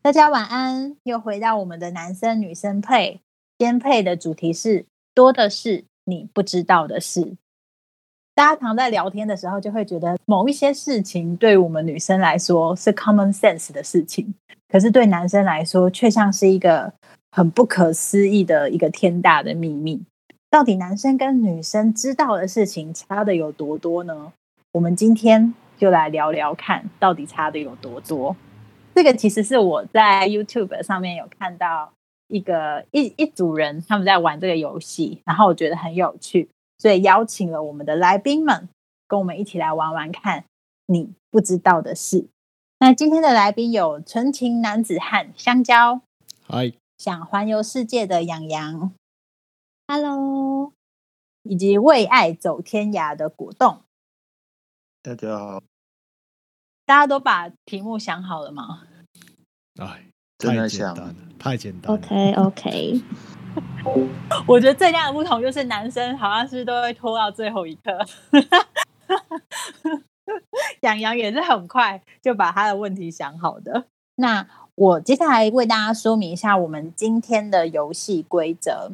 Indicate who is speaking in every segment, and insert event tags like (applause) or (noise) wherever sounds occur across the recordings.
Speaker 1: 大家晚安，又回到我们的男生女生配，今天配的主题是多的是你不知道的事。大家常在聊天的时候，就会觉得某一些事情对我们女生来说是 common sense 的事情，可是对男生来说却像是一个很不可思议的一个天大的秘密。到底男生跟女生知道的事情差的有多多呢？我们今天就来聊聊看，到底差的有多多。这个其实是我在 YouTube 上面有看到一个一一组人他们在玩这个游戏，然后我觉得很有趣，所以邀请了我们的来宾们跟我们一起来玩玩看你不知道的事。那今天的来宾有纯情男子汉香蕉，
Speaker 2: 嗨，
Speaker 1: 想环游世界的养羊，Hello，以及为爱走天涯的果冻。
Speaker 2: 大家好。
Speaker 1: 大家都把题目想好了吗？
Speaker 2: 哎，
Speaker 3: 真
Speaker 2: 太
Speaker 3: 的
Speaker 2: 简
Speaker 3: 想
Speaker 2: 单了，太简单了。
Speaker 4: (laughs) OK OK，
Speaker 1: 我觉得最大的不同就是男生好像是都会拖到最后一刻，养羊也是很快就把他的问题想好的。那我接下来为大家说明一下我们今天的游戏规则。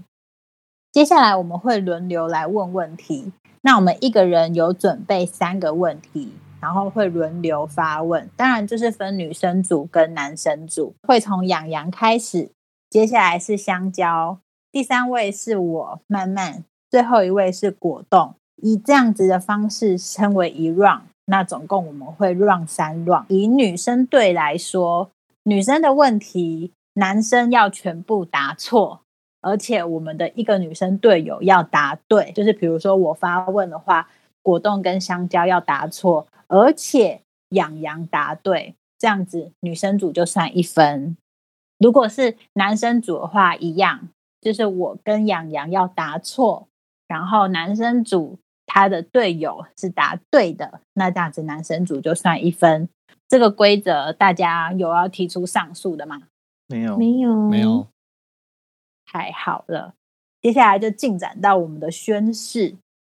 Speaker 1: 接下来我们会轮流来问问题，那我们一个人有准备三个问题，然后会轮流发问，当然就是分女生组跟男生组，会从养羊开始，接下来是香蕉，第三位是我曼曼，最后一位是果冻，以这样子的方式称为一 round。那总共我们会 round 三 round。以女生队来说，女生的问题男生要全部答错，而且我们的一个女生队友要答对。就是比如说我发问的话，果冻跟香蕉要答错，而且养羊答对，这样子女生组就算一分。如果是男生组的话，一样，就是我跟养羊要答错，然后男生组他的队友是答对的，那这样子男生组就算一分。这个规则大家有要提出上诉的吗？
Speaker 3: 没有，
Speaker 4: 没有
Speaker 2: 没有，
Speaker 1: 太好了，接下来就进展到我们的宣誓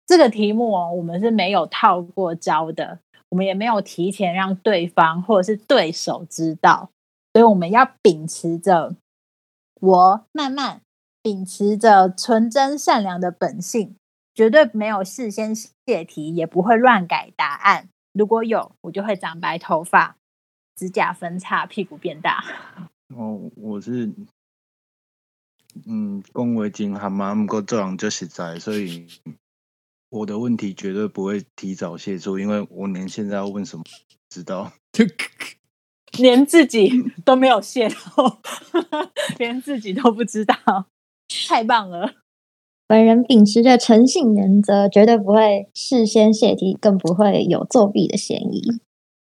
Speaker 1: 这个题目哦，我们是没有套过招的，我们也没有提前让对方或者是对手知道，所以我们要秉持着我慢慢秉持着纯真善良的本性，绝对没有事先泄题，也不会乱改答案。如果有，我就会长白头发、指甲分叉、屁股变大。
Speaker 3: 我哦我是，嗯，讲话真含嘛，不过做人就实在，所以我的问题绝对不会提早泄出，因为我连现在要问什么都不知道。 (laughs)
Speaker 1: 连自己都没有泄露， (laughs) 连自己都不知道，太棒了！
Speaker 4: 本人秉持着诚信原则，绝对不会事先泄题，更不会有作弊的嫌疑。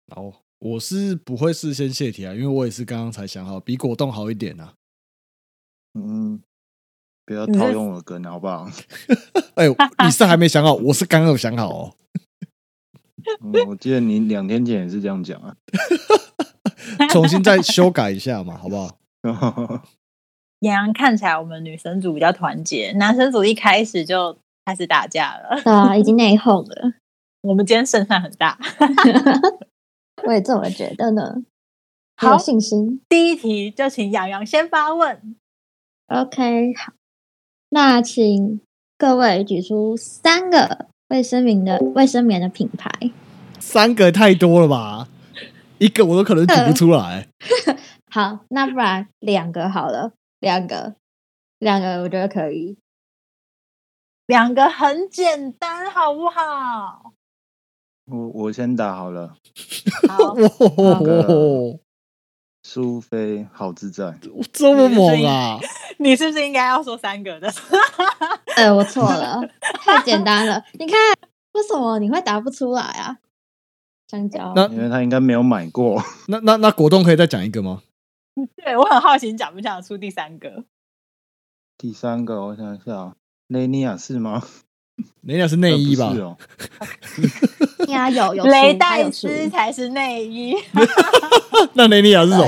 Speaker 2: 然后我是不会事先泄题啊，因为我也是刚刚才想好，比果冻好一点啊。
Speaker 3: 嗯，不要
Speaker 1: 你是
Speaker 3: 套用我的梗好不好？ (laughs)
Speaker 1: (laughs)
Speaker 2: 哎呦，你是还没想好，我是刚刚有想好哦。
Speaker 3: 嗯我记得你两天前也是这样讲啊。 (laughs)
Speaker 2: 重新再修改一下嘛，好不好？
Speaker 1: 杨洋看起来我们女生组比较团结，男生组一开始就开始打架了。
Speaker 4: 对啊，已经内讧了。
Speaker 1: 我们今天胜算很大。
Speaker 4: 我也这么觉得 (laughs) 呢。很
Speaker 1: 好
Speaker 4: 有，信心。
Speaker 1: 第一题就请杨洋先发问。
Speaker 4: OK，好，那请各位举出三个卫生棉的卫生棉的品牌。
Speaker 2: 三个太多了吧？一个我都可能举不出来。
Speaker 4: 好，那不然两个好了，两个，两个我觉得可以。
Speaker 1: 两个很简单，好不好？
Speaker 3: 我我先打好了，
Speaker 1: 好，
Speaker 2: 哇，
Speaker 3: 苏菲好自在，
Speaker 2: 这么猛啊！
Speaker 1: (laughs) 你是不是应该要说三个的？
Speaker 4: 呃，我错了，太简单了。你看，为什么你会答不出来啊？香蕉，
Speaker 2: 那
Speaker 3: 因为她应该没有买过。 (laughs)
Speaker 2: 那那那果冻可以再讲一个吗？
Speaker 1: (laughs) 对我很好奇，你讲不讲得出第三个？
Speaker 3: 第三个，我想一下啊，雷尼亚是吗？
Speaker 2: 人家是内衣
Speaker 3: 呃
Speaker 2: 吧
Speaker 3: (laughs) 不是？哦，
Speaker 4: 呀，啊有有
Speaker 1: 雷
Speaker 4: 出它
Speaker 1: 戴
Speaker 4: 有出
Speaker 1: 斯才是内衣。
Speaker 2: 那雷尼亚是什么？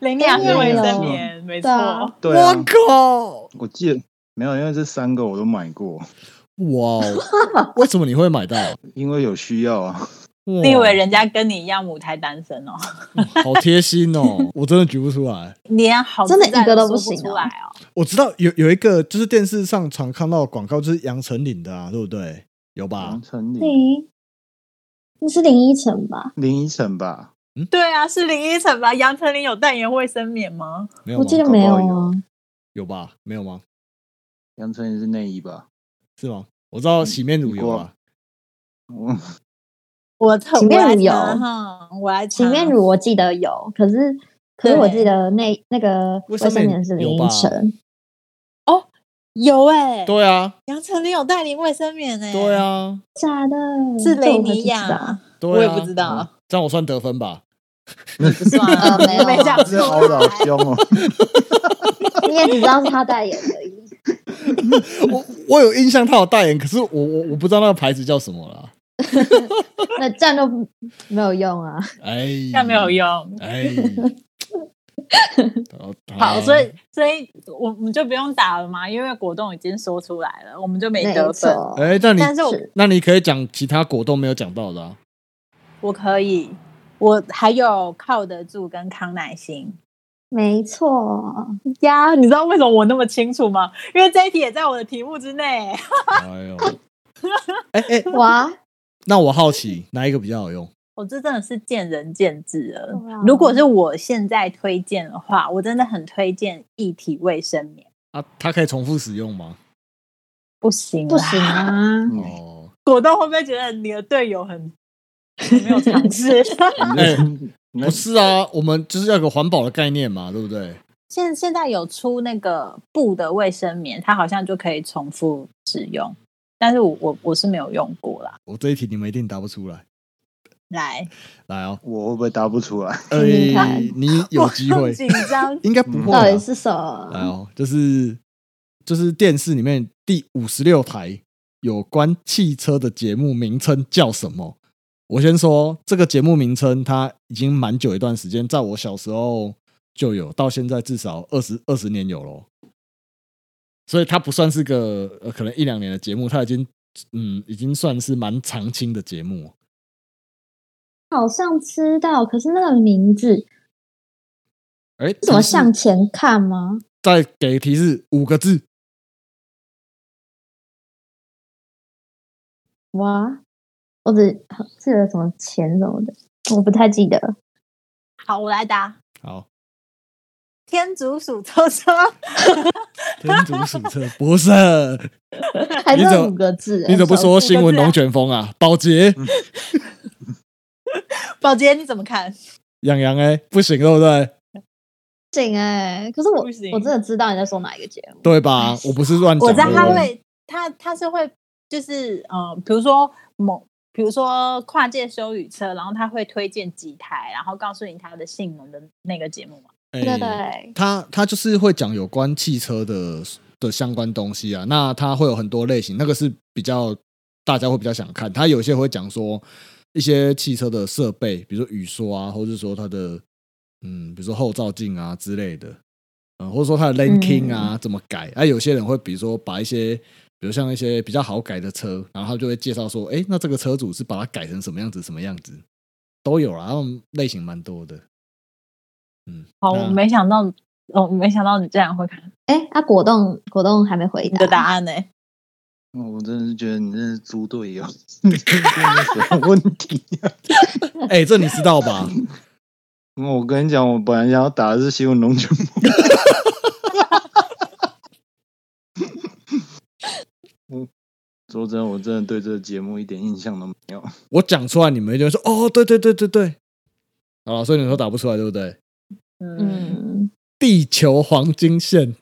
Speaker 4: 对
Speaker 1: 零两是卫生
Speaker 3: 对
Speaker 1: 棉，没
Speaker 4: 对啊
Speaker 1: 错。
Speaker 3: 对啊，
Speaker 2: 靠！
Speaker 3: 我记得没有，因为这三个我都买过，
Speaker 2: 哇哦，为什么你会买到？
Speaker 3: 因为有需要啊。
Speaker 1: 你以为人家跟你一样母胎单身哦？ (laughs)
Speaker 2: 好贴心哦，我真的举不出来。
Speaker 1: 连好
Speaker 4: 真的
Speaker 1: 自在
Speaker 4: 一个都
Speaker 1: 说
Speaker 4: 不
Speaker 1: 不
Speaker 4: 行
Speaker 1: 出
Speaker 4: 哦
Speaker 1: 来哦。
Speaker 2: 我知道有有一个就是电视上常看到的广告，就是杨丞琳的啊，对不对？有吧
Speaker 3: 杨？
Speaker 1: 嗯
Speaker 3: 丞琳、
Speaker 4: 零，那是林依晨吧？
Speaker 3: 林依晨吧，
Speaker 1: 对啊，是林依晨吧？杨丞琳有代言卫生棉吗？
Speaker 2: 没有
Speaker 4: 我
Speaker 2: 吗？
Speaker 4: 记得
Speaker 3: 搞不
Speaker 4: 没有
Speaker 3: 好
Speaker 4: 啊。
Speaker 2: 有吧？没有吗？
Speaker 3: 杨丞琳是内衣吧？
Speaker 2: 是吗？我知道洗面乳有啊，
Speaker 3: 我
Speaker 1: 我特
Speaker 4: 洗面
Speaker 1: 我来
Speaker 4: 乳有
Speaker 1: 查哈，我来查
Speaker 4: 洗面乳我记得有，可是可是我
Speaker 1: 对
Speaker 4: 记得那那个
Speaker 2: 卫
Speaker 4: 卫
Speaker 2: 生
Speaker 4: 生
Speaker 2: 棉
Speaker 4: 棉是林
Speaker 2: 有吧
Speaker 4: 依晨，
Speaker 1: 有哎、
Speaker 2: 对啊，
Speaker 1: 杨丞琳有代言卫生棉哎、
Speaker 2: 对，啊，
Speaker 4: 假的，
Speaker 1: 是
Speaker 4: 这
Speaker 1: 雷
Speaker 4: 我可
Speaker 1: 尼
Speaker 4: 不知道
Speaker 1: 亚，
Speaker 2: 对啊，
Speaker 1: 我也不知道
Speaker 2: 嗯这样我算得分吧？
Speaker 1: 你不算
Speaker 4: (laughs)
Speaker 1: 啊，
Speaker 4: 呃没有
Speaker 1: 没讲出
Speaker 3: 这好老
Speaker 1: 来。
Speaker 3: 凶哦，
Speaker 4: 你也只知道是他代言而已。
Speaker 2: 我我有印象，他有代言，可是我我我不知道那个牌子叫什么啦。
Speaker 4: 那这样就没有用啊！
Speaker 2: 哎，
Speaker 1: 但没有，用。
Speaker 2: 哎。好
Speaker 1: (laughs) 好，所以所以我我们就不用打了嘛，因为果冻已经说出来了，我们就没得分。
Speaker 4: 错，
Speaker 2: 哎，那你
Speaker 1: 但是我
Speaker 4: 是
Speaker 2: 那你可以讲其他果冻没有讲到的啊。
Speaker 1: 我可以，我还有靠得住跟康乃馨。
Speaker 4: 没错，
Speaker 1: 呀，你知道为什么我那么清楚吗？因为这一题也在我的题目之内。 (laughs)
Speaker 2: 哎呦，哎哎，
Speaker 4: 哇，
Speaker 2: 那我好奇哪一个比较好用？
Speaker 1: 我哦这真的是见仁见智了
Speaker 4: 对啊。
Speaker 1: 如果是我现在推荐的话，我真的很推荐一体卫生棉。
Speaker 2: 啊，它可以重复使用吗？
Speaker 1: 不行，
Speaker 4: 不行！啊！
Speaker 3: 嗯
Speaker 2: 哦，
Speaker 1: (laughs) 果冻会不会觉得你的队友很很没有尝试？
Speaker 4: (laughs)
Speaker 2: 哎
Speaker 3: 你
Speaker 2: 不是啊，我们就是要有个环保的概念嘛，对不对？
Speaker 1: 现现在有出那个布的卫生棉，它好像就可以重复使用，但是我我我是没有用过啦。
Speaker 2: 我这一题你们一定答不出来，
Speaker 1: 来，
Speaker 2: 来哦，
Speaker 3: 我会不会答不出来？
Speaker 2: 哎
Speaker 4: 听听看，
Speaker 2: 你有机
Speaker 1: 我很
Speaker 2: 会，。
Speaker 1: 紧张
Speaker 2: 应该不会
Speaker 4: 到
Speaker 2: 啊
Speaker 4: 底。是什
Speaker 2: 来
Speaker 4: 么？
Speaker 2: 哦，就是就是电视里面第五十六台有关汽车的节目名称叫什么？我先说这个节目名称，它已经蛮久一段时间，在我小时候就有，到现在至少二十二十年有咯。所以它不算是个呃，可能一两年的节目，它已经嗯，已经算是蛮常青的节目。哦
Speaker 4: 好像知道，可是那个名字
Speaker 2: 哎，
Speaker 4: 是什么
Speaker 2: 提示
Speaker 4: 向前看吗？
Speaker 2: 再给提示五个字，
Speaker 4: 哇，我只记得什么前什么的，我不太记
Speaker 2: (laughs)
Speaker 4: 得。
Speaker 1: 好，我来答。
Speaker 2: 好，
Speaker 1: 天竺鼠车车，
Speaker 2: 天竺鼠车不是。
Speaker 4: 还
Speaker 2: 你
Speaker 4: 是
Speaker 2: 怎么
Speaker 4: 五个字、欸，
Speaker 2: 你怎么不说
Speaker 1: 字
Speaker 2: 新闻龙卷风啊？保洁、
Speaker 1: 宝杰你怎么看？
Speaker 2: 养羊哎，不行对不对？
Speaker 4: 不行哎、可是我
Speaker 1: 不行
Speaker 4: 我真的知道你在说哪一个节目。
Speaker 2: 对吧？我不是乱讲
Speaker 1: 哎我
Speaker 2: 的。
Speaker 1: 知道他
Speaker 2: 对不对
Speaker 1: 会，他他是会，就是嗯，比如说某，比如说跨界修旅车，然后他会推荐几台，然后告诉你它的性能的那个节目嘛。
Speaker 4: 对对
Speaker 2: 哎
Speaker 4: 对，
Speaker 2: 他他就是会讲有关汽车的的相关东西啊。那他会有很多类型，那个是比较大家会比较想看。他有些会讲说一些汽车的设备，比如说雨刷啊，或者说它的嗯，比如说后照镜啊之类的，嗯，或者说它的 linking 啊、怎么改。啊，有些人会比如说把一些比如像一些比较好改的车，然后他就会介绍说，哎，那这个车主是把它改成什么样子，什么样子都有啦，然后类型蛮多的。嗯，
Speaker 1: 好，
Speaker 2: 那
Speaker 1: 我没想到，哦，没想到你竟然会看
Speaker 4: 哎，啊，果冻果冻还没回
Speaker 1: 你的答
Speaker 4: 答，
Speaker 1: 案呢、
Speaker 3: 哦我真的是觉得你真是猪队友， (laughs) 你这是什么问题啊？
Speaker 2: 哎、这你知道吧？
Speaker 3: 嗯我跟你讲，我本来想要打的是新闻龙卷风。我嗯说真的，我真的对这个节目一点印象都没有。
Speaker 2: 我讲出来，你们就会说哦，对对对对对。好了，所以你们都打不出来，对不对？
Speaker 1: 嗯，
Speaker 4: 嗯，
Speaker 2: 地球黄金线，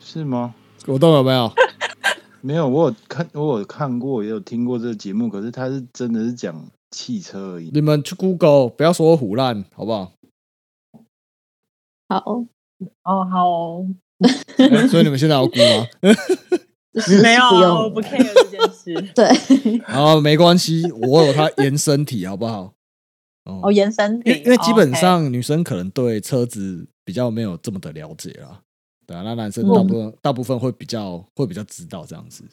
Speaker 3: 是吗？
Speaker 2: 果冻有没有？ (laughs)
Speaker 3: 没有，我有看，我有看过，也有听过这个节目，可是它是真的是讲汽车而已。
Speaker 2: 你们去 Google，不要说我胡乱，好不好？ (laughs)
Speaker 4: 好，
Speaker 1: 哦，好哦
Speaker 2: 哎所以你们现在要估吗？
Speaker 4: 就是
Speaker 1: 没有
Speaker 4: 不
Speaker 1: 啊，
Speaker 4: 用。
Speaker 1: 我不 care 这件事
Speaker 4: 对， (laughs)
Speaker 2: 好，没关系，我有它延伸体，好不好？哦
Speaker 1: 哦，延伸
Speaker 2: 因
Speaker 1: 题
Speaker 2: 为，因为基本
Speaker 1: 哦
Speaker 2: 上女生可能对车子比较没有这么的
Speaker 1: 嗯
Speaker 2: 了解啦，对啊，那男生大部分、大部分会比较会比较知道这样子。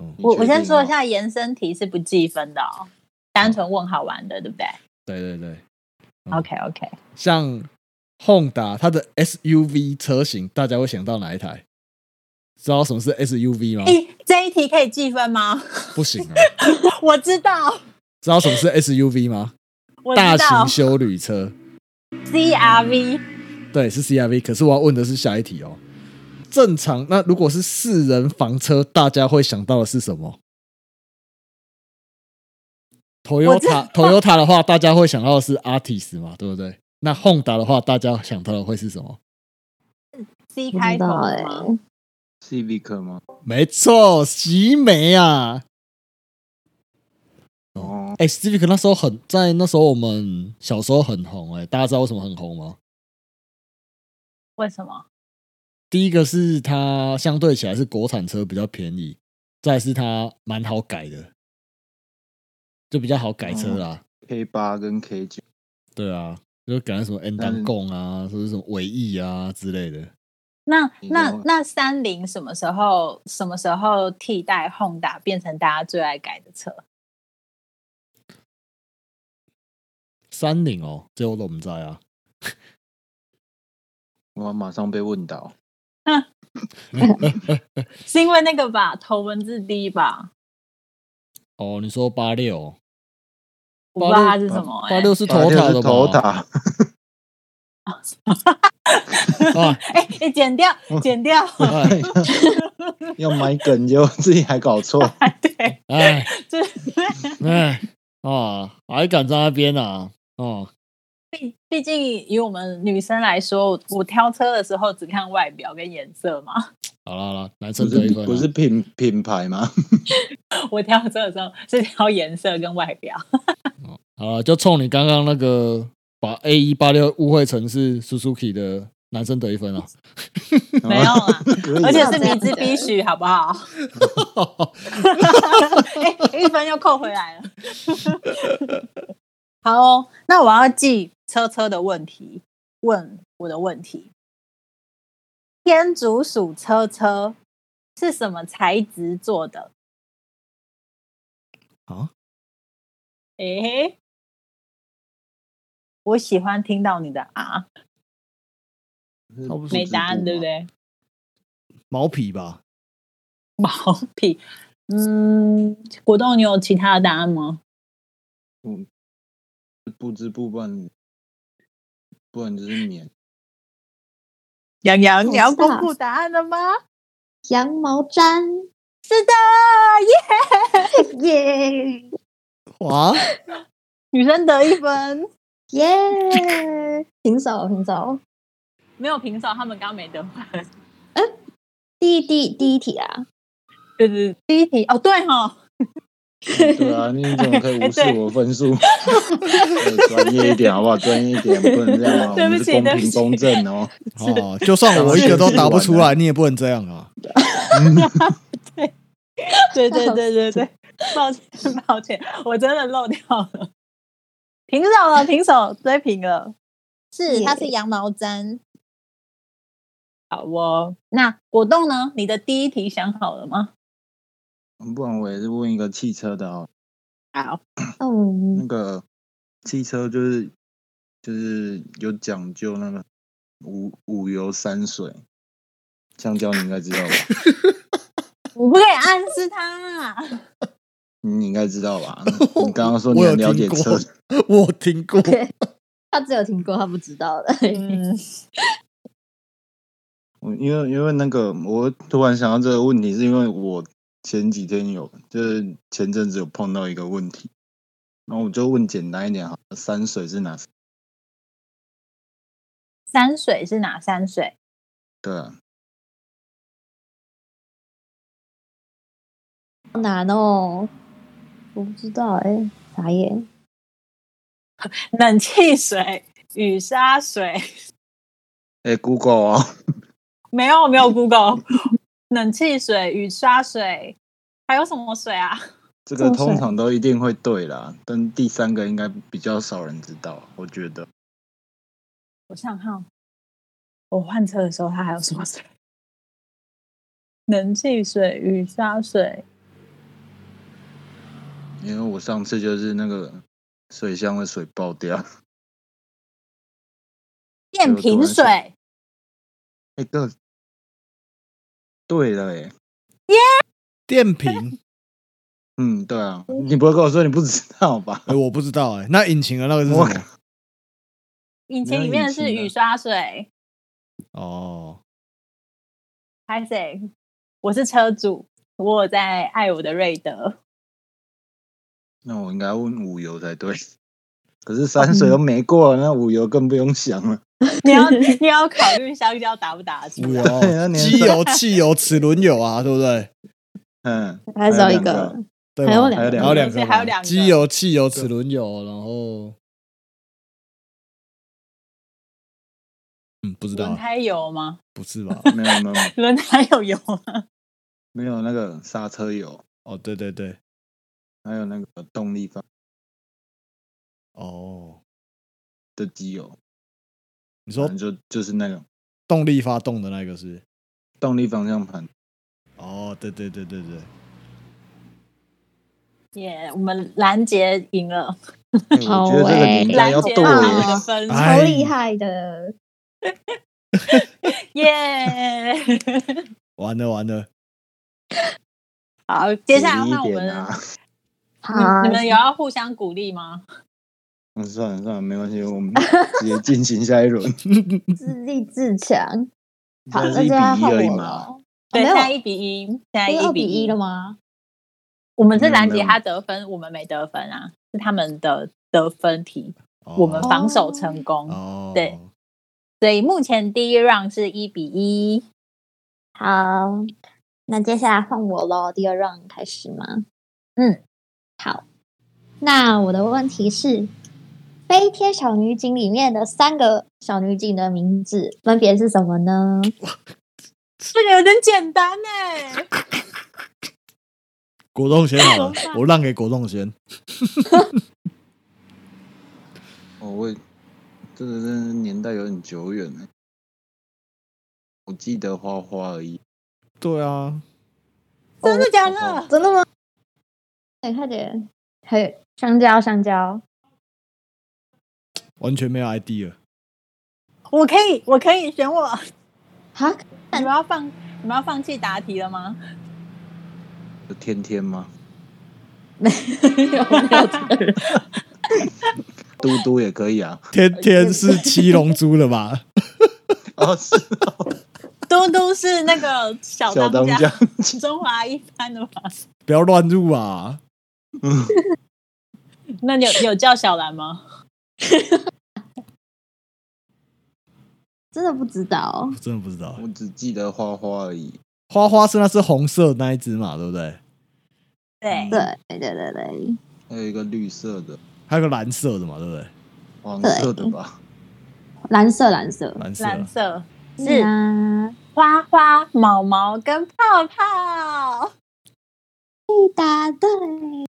Speaker 2: 嗯，
Speaker 3: 你
Speaker 1: 我
Speaker 3: 确
Speaker 1: 我先
Speaker 3: 定
Speaker 1: 说一
Speaker 3: 哦，
Speaker 1: 下，延伸题是不计分的哦，单纯问好玩的，对不对
Speaker 2: 对对对，嗯
Speaker 1: ？OK OK，
Speaker 2: 像 Honda 它的 SUV 车型，大家会想到哪一台？知道什么是 SUV 吗？
Speaker 1: 诶、这一题可以计分吗？ (laughs)
Speaker 2: 不行啊！
Speaker 1: 我知道，
Speaker 2: 知道什么是 SUV
Speaker 1: (laughs)
Speaker 2: 吗？
Speaker 1: 我
Speaker 2: 大
Speaker 1: 知
Speaker 2: 型
Speaker 1: 道
Speaker 2: 休旅车，
Speaker 1: CRV
Speaker 2: 对，是 CRV。可是我要问的是下一题哦。正常，那如果是四人房车，大家会想到的是什么
Speaker 1: 知道
Speaker 2: ？Toyota Toyota 的话，大家会想到的是 Artis 嘛，对不对？那 Honda 的话，大家想到的会是什么？
Speaker 1: C
Speaker 4: 不
Speaker 1: 开
Speaker 4: 知
Speaker 1: 头
Speaker 4: 道
Speaker 1: 的
Speaker 4: 哎、
Speaker 1: 吗
Speaker 3: ，Civic 吗？
Speaker 2: 没错，喜美啊！
Speaker 3: 哦，
Speaker 2: 哎、c i v i c 那时候很在那时候我们小时候很红哎、大家知道为什么很红吗？
Speaker 1: 为什么？
Speaker 2: 第一个是它相对起来是国产车比较便宜，再来是它蛮好改的，就比较好改车啦。
Speaker 3: K 八跟 K 九，
Speaker 2: 对啊，就改成什么 N
Speaker 3: 但是
Speaker 2: 档共啊，或者什么尾翼啊之类的。
Speaker 1: 那
Speaker 3: 你
Speaker 1: 那
Speaker 3: 给我
Speaker 1: 那三菱什么时候什么时候替代 Honda 变成大家最爱改的车？
Speaker 2: 三菱哦，这我都不知道啊。
Speaker 3: 我马上被问倒。
Speaker 1: 是因为那个吧，头文字 D 吧？
Speaker 2: 哦，你说八六，
Speaker 1: 我不知道它是什么、欸。
Speaker 2: 八六是
Speaker 3: 啊
Speaker 2: 头
Speaker 3: 就
Speaker 2: 塔
Speaker 3: 是
Speaker 2: 的吧？
Speaker 3: 头塔，
Speaker 2: 啊，
Speaker 1: (laughs)
Speaker 2: 嗯
Speaker 1: 哎、你剪
Speaker 2: (laughs)
Speaker 1: 掉，剪掉。 (laughs)
Speaker 2: 哎
Speaker 3: (laughs) 要买梗就自己还搞错，
Speaker 2: (laughs)
Speaker 1: 对，
Speaker 2: 哎
Speaker 1: 这
Speaker 2: 哎 (laughs) 啊，还敢在那边啊？哦，
Speaker 1: 毕毕竟以我们女生来说，我我挑车的时候只看外表跟颜色嘛。 (laughs)
Speaker 2: 好啦好啦，男
Speaker 3: 不
Speaker 2: 生得一
Speaker 3: 是
Speaker 2: 分啊、
Speaker 3: 不是品品牌吗？
Speaker 1: 我挑车的时候是挑颜色跟外表。
Speaker 2: 哦好啊了，就冲你刚刚那个把 A 一八六误会成是 Suzuki 的男生得一分啊！
Speaker 1: (laughs) 没
Speaker 3: (laughs)
Speaker 1: 有
Speaker 2: (laughs)
Speaker 1: 啦
Speaker 3: 可以啊
Speaker 1: 而且是米兹必须，好不好？ (laughs) 哎、一分又扣回来了。 (laughs) 好哦、那我要记车车的问题，问我的问题。天竺鼠车车是什么材质做的？
Speaker 2: 啊，
Speaker 1: 诶、我喜欢听到你的啊，
Speaker 2: 差不多
Speaker 1: 没答案对不？对？
Speaker 2: (laughs) 毛皮吧？
Speaker 1: 毛皮，嗯，果冻，你有其他的答案吗？
Speaker 3: 不织布，不然不然就是棉。
Speaker 1: 洋洋，你要
Speaker 4: 我知道
Speaker 1: 公布答案了吗？
Speaker 4: 羊毛毡，
Speaker 1: 是的，耶！
Speaker 4: (laughs) 耶
Speaker 2: 哇，
Speaker 1: 女生得一分，
Speaker 2: (laughs)
Speaker 4: 耶，平手平手。
Speaker 1: (laughs) 没有平手，他们刚刚没得分。
Speaker 4: 第一第一第一题啊，
Speaker 1: 就是第一题哦，对哈，
Speaker 3: (laughs) 对啊，你怎么可以无视我分数？哎专业一
Speaker 1: (laughs)
Speaker 3: 点好不好？专业一点，不能这样啊！
Speaker 1: 对
Speaker 3: 我
Speaker 1: 不
Speaker 3: 们是
Speaker 1: 起
Speaker 3: 公
Speaker 1: 对不
Speaker 3: 平
Speaker 1: 起
Speaker 3: 公正哦。
Speaker 1: (laughs)
Speaker 2: 哦，就算我一个都答不出
Speaker 3: (laughs)
Speaker 2: 来，你也不能这样啊！
Speaker 3: 嗯
Speaker 1: 对对对对对， (laughs) 抱歉抱歉，我真的漏掉了，平手了，平手追平了，是
Speaker 4: 耶
Speaker 1: 它是羊毛毡。好哦，那果冻呢？你的第一题想好了吗？
Speaker 3: 不然我也是问一个汽车的哦。
Speaker 1: 好，
Speaker 4: 嗯
Speaker 3: 那个汽车就是就是有讲究那个五五油三水，香蕉你应该知道吧？
Speaker 1: (laughs) 我不可以暗示他，
Speaker 3: 你应该知道吧？你刚刚说你
Speaker 2: (laughs) 我有
Speaker 3: 很了解
Speaker 2: 听
Speaker 3: 车
Speaker 2: 过，我听过，
Speaker 4: 他只有听过，他不知道的。
Speaker 1: 嗯，
Speaker 3: 我因为因为那个，我突然想到这个问题，是因为我前几天有，就是前阵子有碰到一个问题，然后我就问简单一点哈，山水是哪？
Speaker 1: (laughs) 山水是哪山水？
Speaker 3: 对啊，
Speaker 4: (laughs) 好难哦，我不知道哎、啥耶？
Speaker 1: 冷气水、雨沙水。
Speaker 3: 哎，Google 哦，
Speaker 1: 没有没有 Google，冷 (laughs) 气水、雨刷水，还有什么水啊？ (laughs)
Speaker 3: 这个
Speaker 4: 山水
Speaker 3: 通常都一定会对啦，但第三个应该比较少人知道，我觉得
Speaker 1: 我想想看，我换车的时候 (laughs) 它还有什么水？冷气水、雨刷水、
Speaker 3: 因为我上次就是那个水箱的水爆掉，
Speaker 1: 电瓶水，
Speaker 3: 哎、哥，对了、欸，哎，
Speaker 2: 电瓶，
Speaker 3: 嗯，对啊，你不会跟我说你不知道吧？
Speaker 2: 哎，我不知道哎、那引擎的那个是什么？
Speaker 1: 引擎里面的是雨刷水，
Speaker 3: (laughs)
Speaker 2: 哦，
Speaker 1: 拍谁？我是车主，我有在爱我的瑞德。
Speaker 3: 那我应该问五油才对。可是山水都没过了，那五油更不用想了。
Speaker 1: 你要你要考虑香蕉打不打得出
Speaker 2: 五
Speaker 1: 来？
Speaker 3: 对啊
Speaker 2: 油、
Speaker 3: 你
Speaker 2: 机油、汽油、齿轮油啊，对不对？
Speaker 3: 嗯，
Speaker 4: 还少一
Speaker 3: 还有两
Speaker 4: 个，
Speaker 2: 对
Speaker 4: 还有
Speaker 2: 吗
Speaker 4: 两个
Speaker 2: 还有两
Speaker 1: 对
Speaker 2: 个，
Speaker 1: 还有两个
Speaker 2: 机油、汽油、齿轮油，然后，嗯，不知道
Speaker 1: 轮
Speaker 2: 啊，
Speaker 1: 胎有吗？
Speaker 2: 不
Speaker 1: (laughs)
Speaker 2: 是吧？
Speaker 3: 没有没有
Speaker 1: 轮胎有油吗？
Speaker 3: 没有那个刹车油，
Speaker 2: 哦，对对对，
Speaker 3: 还有那个动力发
Speaker 2: 哦，
Speaker 3: 的机油，
Speaker 2: 你
Speaker 3: 反
Speaker 2: 说
Speaker 3: 正就就是那个
Speaker 2: 动力发动的那个是不是？
Speaker 3: 动力方向盘。
Speaker 2: 哦，对对对对对，
Speaker 1: 耶、我们拦截赢了，
Speaker 3: 哎我觉得这个你应该
Speaker 1: 拦
Speaker 3: 要
Speaker 1: 截
Speaker 3: 剁
Speaker 1: 到
Speaker 3: 耶
Speaker 1: 我的分，
Speaker 2: 哎
Speaker 4: 超
Speaker 3: 嗯
Speaker 4: 厉害的，
Speaker 1: 耶、
Speaker 2: 完了完了，
Speaker 1: 好，接下来
Speaker 3: 鼓励
Speaker 1: 换
Speaker 3: 一
Speaker 1: 我
Speaker 3: 点
Speaker 1: 们，嗯
Speaker 3: 啊。
Speaker 4: 好
Speaker 1: 你你们有要互相鼓励吗？
Speaker 3: 嗯，算了算了，没关系，我们直接进行下一轮。
Speaker 4: 自立自强。好，
Speaker 3: 现
Speaker 4: 那
Speaker 3: 在是
Speaker 4: 现
Speaker 3: 一比一
Speaker 4: 在换
Speaker 3: 而已
Speaker 4: 我
Speaker 3: 嘛。
Speaker 1: (laughs)
Speaker 4: 了。
Speaker 1: 对，
Speaker 4: 没
Speaker 1: 现
Speaker 4: 有
Speaker 1: 在一比一，现在
Speaker 4: 不是
Speaker 1: 一
Speaker 4: 二比
Speaker 1: 一
Speaker 4: 一了？吗？
Speaker 1: 我们是
Speaker 3: 嗯
Speaker 1: 拦
Speaker 3: 没
Speaker 1: 截
Speaker 3: 有
Speaker 1: 他得分，我们没得分啊，是他们的得分题，
Speaker 2: 哦
Speaker 1: 我们防守成功，
Speaker 2: 哦，
Speaker 1: 对所以目前第一 round 是一比一。
Speaker 4: 好，那接下来换我喽。第二 round 开始吗？
Speaker 1: 嗯，
Speaker 4: 好。那我的问题是，《飞天小女警》里面的三个小女警的名字分别是什么呢？
Speaker 1: 这个有点简单哎、
Speaker 2: 果冻先好了，我让给果冻先。
Speaker 3: 哦，我也这个真的是年代有点久远了。我记得花花而已，
Speaker 2: 对啊，
Speaker 1: 真的假
Speaker 3: 哦
Speaker 1: 的？
Speaker 4: 真的吗？哎，快点，还有香蕉，香蕉，
Speaker 2: 完全没有 idea。
Speaker 1: 我可以，我可以选我。
Speaker 4: 好，
Speaker 1: 你们要放，你们要放弃答题了吗？
Speaker 3: 有天天吗？
Speaker 4: 没有没有这个人
Speaker 3: 嘟嘟也可以啊。
Speaker 2: 天天是七龙珠的吧？
Speaker 3: 哦，是
Speaker 1: 嘟嘟是那个小
Speaker 3: 小
Speaker 1: 当
Speaker 3: 当家 (laughs)
Speaker 1: 家，中华一番的吧？
Speaker 2: 不要乱入啊！
Speaker 1: 那你有有叫小兰吗？
Speaker 4: 真的不知道
Speaker 2: 我。真的不知道
Speaker 3: 我。只记得花花而已。
Speaker 2: 花花是那是红色的那一只嘛，对不对？
Speaker 1: 对
Speaker 2: 嗯
Speaker 4: 对对对对，
Speaker 3: 还有一个绿色的、
Speaker 2: 还有个蓝色的嘛，对不对？
Speaker 3: 黄色的吧？
Speaker 4: 蓝色蓝色
Speaker 2: 蓝色
Speaker 1: 蓝
Speaker 2: 的
Speaker 1: 色
Speaker 4: 是
Speaker 1: 是
Speaker 4: 啊，
Speaker 1: 花花、毛毛跟泡泡。
Speaker 4: 答对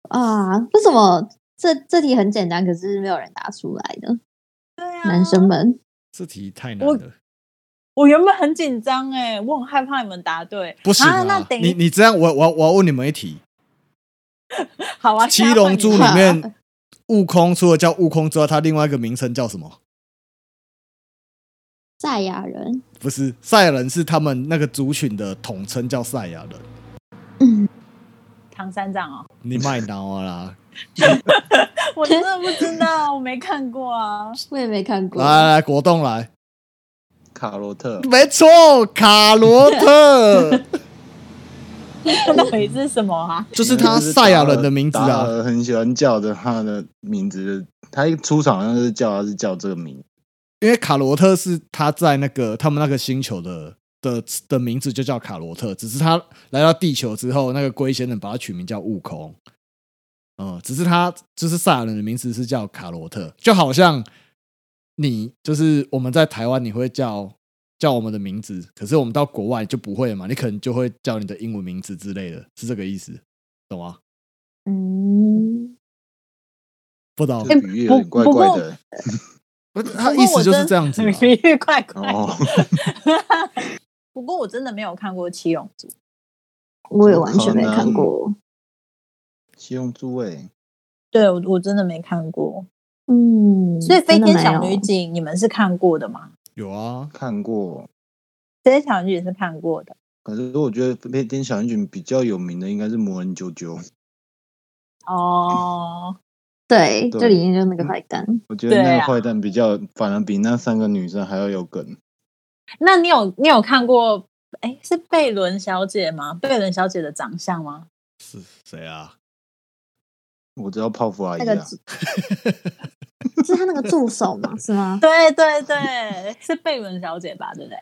Speaker 4: 啊！为什么这这题很简单，可是没有人答出来的？
Speaker 1: 对啊，
Speaker 4: 男生们，
Speaker 2: 这题太
Speaker 1: 我
Speaker 2: 难了，
Speaker 1: 我原本很紧张哎，我很害怕你们答对。
Speaker 2: 不行啊
Speaker 1: 啊那等
Speaker 2: 你
Speaker 1: 一
Speaker 2: 你这样，我我我要问你们一题：
Speaker 1: 好啊，
Speaker 2: 《七龙珠》
Speaker 1: 下
Speaker 2: 里
Speaker 1: 一个
Speaker 2: 面悟空除了叫悟空之外，他另外一个名称叫什么？
Speaker 4: 赛亚人，
Speaker 2: 不是赛亚人，是他们那个族群的统称叫赛亚人。
Speaker 4: 嗯，
Speaker 1: 换你唐三藏哦，
Speaker 2: 你卖脑啊
Speaker 1: (laughs)
Speaker 2: 啦！
Speaker 1: 我真的不知道，我没看过
Speaker 2: (laughs)
Speaker 1: 啊。
Speaker 4: 我也没看过。
Speaker 2: 来来，果冻来，
Speaker 3: 卡洛特，
Speaker 2: 没错，卡罗特
Speaker 1: 到底是什么啊？
Speaker 2: 就是他赛亚人的名字
Speaker 3: 达
Speaker 2: 啊。
Speaker 3: 尔很喜欢叫着他的名字，他一出场好像是叫他是叫这个名字。
Speaker 2: 因为卡罗特是他在那个他们那个星球的的的名字就叫卡罗特，只是他来到地球之后，那个龟仙人把他取名叫悟空。嗯，只是他就是赛亚人的名字是叫卡罗特，就好像你就是我们在台湾你会叫叫我们的名字，可是我们到国外就不会了嘛，你可能就会叫你的英文名字之类的，是这个意思，懂吗？
Speaker 4: 嗯，
Speaker 2: 不懂
Speaker 3: 这，比喻有点怪怪的。
Speaker 2: 不是他意思就是这样
Speaker 1: (laughs)
Speaker 2: 子嘛。
Speaker 1: 比喻怪怪的。
Speaker 3: 哦，
Speaker 1: 不过我真的没有看过《七龙珠》，
Speaker 4: 我也完全没看过。
Speaker 3: 七龙珠哎，
Speaker 1: 对我我真的没看过，
Speaker 4: 嗯，
Speaker 1: 所以《飞
Speaker 4: 真的
Speaker 1: 天
Speaker 4: 没
Speaker 1: 小女
Speaker 4: 有
Speaker 1: 警》你们是看过的吗？
Speaker 2: 有啊，
Speaker 3: 看过，
Speaker 1: 《飞天小女警》是看过的
Speaker 3: 可是我觉得《飞天小女警》比较有名的应该是《魔人啾啾》，
Speaker 1: 哦。
Speaker 4: 对，
Speaker 3: 对
Speaker 4: 这里面就是
Speaker 2: 嗯
Speaker 4: 那个坏蛋。
Speaker 3: 我觉得那
Speaker 1: 对
Speaker 3: 个
Speaker 1: 啊
Speaker 3: 坏蛋比较，反而比那三个女生还要有梗。
Speaker 1: 那你有你有看过？哎，是贝伦小姐吗？贝伦小姐的长相吗？ (laughs)
Speaker 2: 是谁啊？
Speaker 3: 我知道泡芙阿姨
Speaker 4: 那个
Speaker 3: 啊，
Speaker 4: 助是他那个助手吗？是 (laughs) 吗？
Speaker 1: 对对对，是贝伦小姐吧？对不对？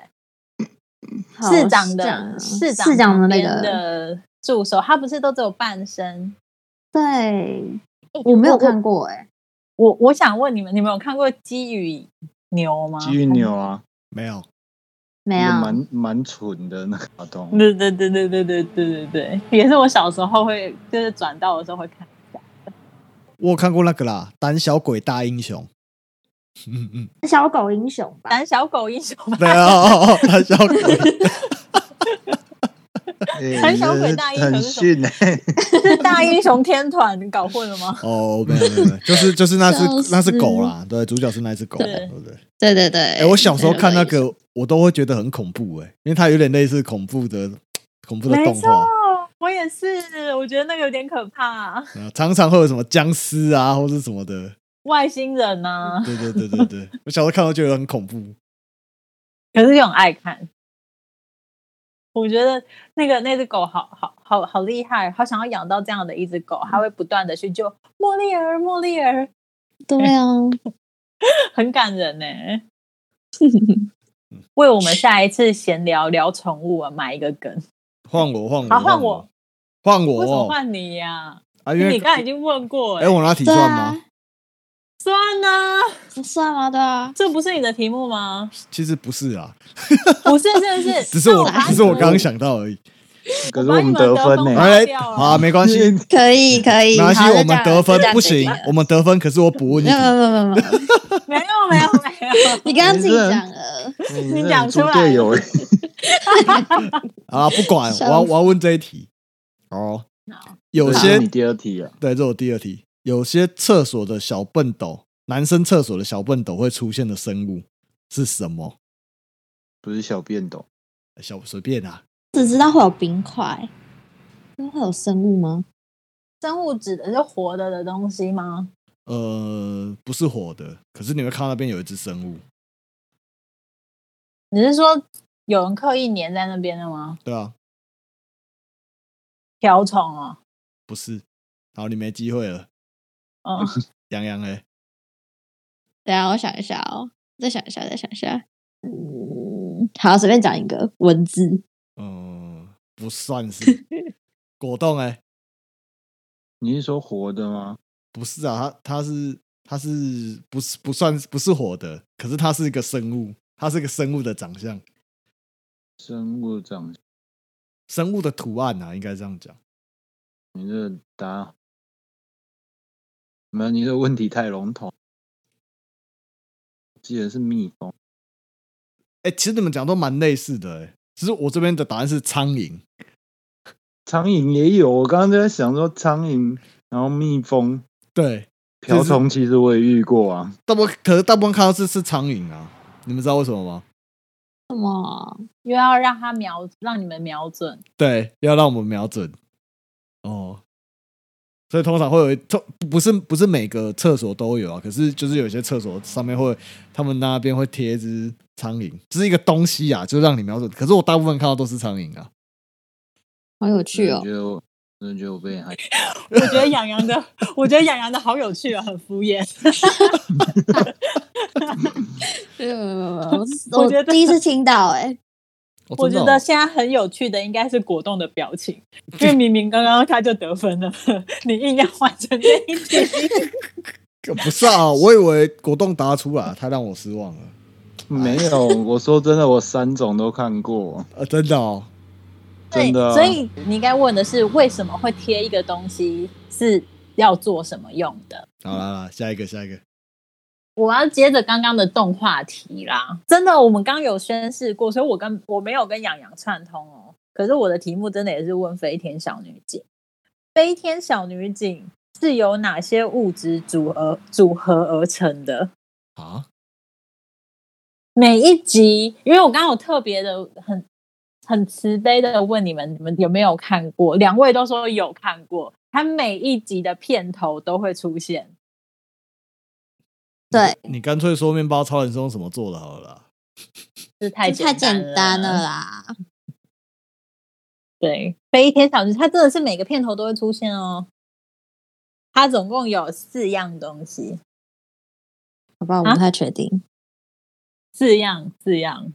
Speaker 4: 好
Speaker 1: 市长
Speaker 4: 是这样啊
Speaker 1: 的市长
Speaker 4: 市长的
Speaker 1: 旁
Speaker 4: 那
Speaker 1: 边
Speaker 4: 个，
Speaker 1: 的助手，他不是都只有半身？
Speaker 4: 对，我没有看过哎、
Speaker 1: 我我想问你们，你们有看过鸡与牛吗？
Speaker 3: 基于牛啊，
Speaker 2: 没有，
Speaker 4: 没
Speaker 3: 一
Speaker 4: 有
Speaker 1: 啊
Speaker 3: 个，蛮蛮蠢的那个
Speaker 1: (laughs)
Speaker 3: 卡通，
Speaker 1: (laughs) 对对对对对对对对对，也是我小时候会，就是转到的时候会看。
Speaker 2: 我有看过那个啦，《胆小鬼大英雄》。嗯嗯，
Speaker 4: 小狗英雄吧？
Speaker 1: 胆小狗英雄吧，
Speaker 2: 对啊，哦哦哦胆小鬼，
Speaker 3: 哎
Speaker 1: 胆小鬼大英雄是
Speaker 3: 很
Speaker 1: 什
Speaker 3: 逊哎、
Speaker 1: (laughs) 是大英雄天团，你搞混了吗？ (laughs)
Speaker 2: 哦，没有没有，没有就是就是那只
Speaker 4: 笑死
Speaker 2: 那只狗啦，对，主角是那只狗，啊
Speaker 1: 对
Speaker 2: 对不对？
Speaker 4: 对对对。
Speaker 2: 哎、我小时候看那个，我都会觉得很恐怖哎、因为它有点类似恐怖的恐怖的动画，
Speaker 1: 我也是，我觉得那个有点可怕，啊
Speaker 2: 嗯常常会有什么僵尸啊，或是什么的。
Speaker 1: 外星人啊呢、
Speaker 2: 对对对对对，我小时候看到觉得很恐怖。
Speaker 1: 可是又很爱看。我觉得那个那只狗好好好好厉害，好想要养到这样的一只狗，它会不断的去救莫莉儿，莫莉儿，
Speaker 4: 对啊，
Speaker 2: 哎
Speaker 1: 很感人
Speaker 2: (laughs)
Speaker 1: 呢、为我们下一次闲聊聊宠物啊，埋一个梗。
Speaker 2: 换我，换我，
Speaker 1: 好换
Speaker 2: 我，换我
Speaker 1: 为什么
Speaker 2: 哦！
Speaker 1: 换你呀、
Speaker 2: 啊，因为
Speaker 1: 你刚才已经问过、
Speaker 2: 哎、
Speaker 1: 欸，
Speaker 2: 我拿题
Speaker 4: 对
Speaker 2: 算
Speaker 4: 啊
Speaker 2: 吗？，
Speaker 1: 算呢、
Speaker 4: 不算吗？对啊，
Speaker 1: 这不是你的题目
Speaker 2: (laughs)
Speaker 1: 吗？
Speaker 2: 其实不是啊，
Speaker 1: 不是，是不是？
Speaker 2: 只是我
Speaker 1: 那把
Speaker 2: 只是我
Speaker 1: 你们
Speaker 2: 刚刚想到而已。
Speaker 3: 可是我们得分欸呢、
Speaker 1: 我把你们得分
Speaker 2: 哎
Speaker 1: 划，掉了
Speaker 2: 好啊，没关系，没
Speaker 4: (laughs) 可以可以。
Speaker 2: 关系，
Speaker 4: 好
Speaker 2: 我们得分不行，嗯我
Speaker 4: 没
Speaker 2: 们得分，可是我补 (laughs) 问你
Speaker 4: 有没有没有
Speaker 1: 没有
Speaker 4: 没有，
Speaker 1: 没有没有，
Speaker 4: 你刚刚自己讲了，
Speaker 3: (laughs) 你
Speaker 1: 你讲出来
Speaker 3: 队友、欸，
Speaker 2: 啊，不 (laughs) 管，我要我要问这一题。哦，有
Speaker 3: 这是
Speaker 2: 些
Speaker 3: 你第二题啊，
Speaker 2: 对，这是我第二题。有些厕所的小笨斗，男生厕所的小笨斗会出现的生物是什么？
Speaker 3: 不是小便斗，
Speaker 2: 小随便啊，
Speaker 4: 只知道会有冰块，那会有生物吗？
Speaker 1: 生物指的是活的的东西吗？
Speaker 2: 呃，不是火的，可是你会看到那边有一只生物，
Speaker 1: 你是说有人刻意粘在那边的吗？
Speaker 2: 对啊，
Speaker 1: 瓢虫哦，
Speaker 2: 不是，好，你没机会了，
Speaker 1: 嗯，
Speaker 2: 洋洋欸嘞，
Speaker 4: 对啊，我想一下哦，再想一下，再想一下。嗯，好，随便讲一个文字，
Speaker 2: 嗯、不算是果冻哎，
Speaker 3: 你是说活的吗？
Speaker 2: 不是啊，它它是它是不是不算不是火的，可是它是一个生物，它是一个生物的长相，
Speaker 3: 生物长，
Speaker 2: 生物的图案啊，应该这样讲。
Speaker 3: 你这个答案没有，你这个问题太笼统。记得是蜜蜂，
Speaker 2: 哎、其实你们讲都蛮类似的、欸，只是我这边的答案是苍蝇。
Speaker 3: 苍蝇也有。我刚刚在想说苍蝇，然后蜜蜂、
Speaker 2: 对，
Speaker 3: 瓢虫，其实我也遇过啊。
Speaker 2: 大部分可是大部分看到是是苍蝇啊，你们知道为什么吗？
Speaker 4: 什么？
Speaker 1: 又要让它瞄，让你们瞄准。
Speaker 2: 对，要让我们瞄准。哦，所以通常会有一，通不是不是每个厕所都有啊，可是就是有些厕所上面会，他们那边会贴一只苍蝇，这是一个东西啊，就让你瞄准。可是我大部分看到都是苍蝇啊，
Speaker 4: 好有趣
Speaker 3: 我
Speaker 4: 哦
Speaker 3: 觉！得我真的觉得我被害。
Speaker 1: 我觉得养羊的，我觉得养羊的好有趣啊，很敷衍。
Speaker 4: 没有没有没有没 (laughs) 有，我
Speaker 1: 我觉得
Speaker 4: 我第一次听到哎、
Speaker 2: 哦
Speaker 1: 我
Speaker 2: 真
Speaker 1: 觉
Speaker 2: 的哦
Speaker 1: 得现在很有趣的应该是果冻的表情，因为明明刚刚他就得分了， (laughs) 你硬要换成这一题，
Speaker 2: 可不是啊，我以为果冻答出来，他让我失望了。
Speaker 3: 没有，我说真的，我三种都看过，
Speaker 2: 啊，真的哦，
Speaker 3: 真的啊
Speaker 1: 所以你应该问的是为什么会贴一个东西是要做什么用的？
Speaker 2: 好啦啦，下一个，下一个。
Speaker 1: 我要接着刚刚的动画题啦，真的，我们刚刚有宣誓过，所以我跟我没有跟养羊串通哦。可是我的题目真的也是问飞天小女警，飞天小女警是由哪些物质组合组合而成的？
Speaker 2: 啊，
Speaker 1: 每一集，因为我刚刚有特别的很很慈悲的问你们，你们有没有看过？两位都说有看过，它每一集的片头都会出现。
Speaker 4: 对，
Speaker 2: 你干脆说面包超人是用什么做的好了啦。
Speaker 1: 这 (laughs) 太
Speaker 4: 这太简单了
Speaker 1: 了。
Speaker 4: 啦。
Speaker 1: 对，飞天小女，它真的是每个片头都会出现哦。它总共有四样东西，
Speaker 4: 好吧，我
Speaker 1: 啊
Speaker 4: 不太确定。
Speaker 1: 四样四样，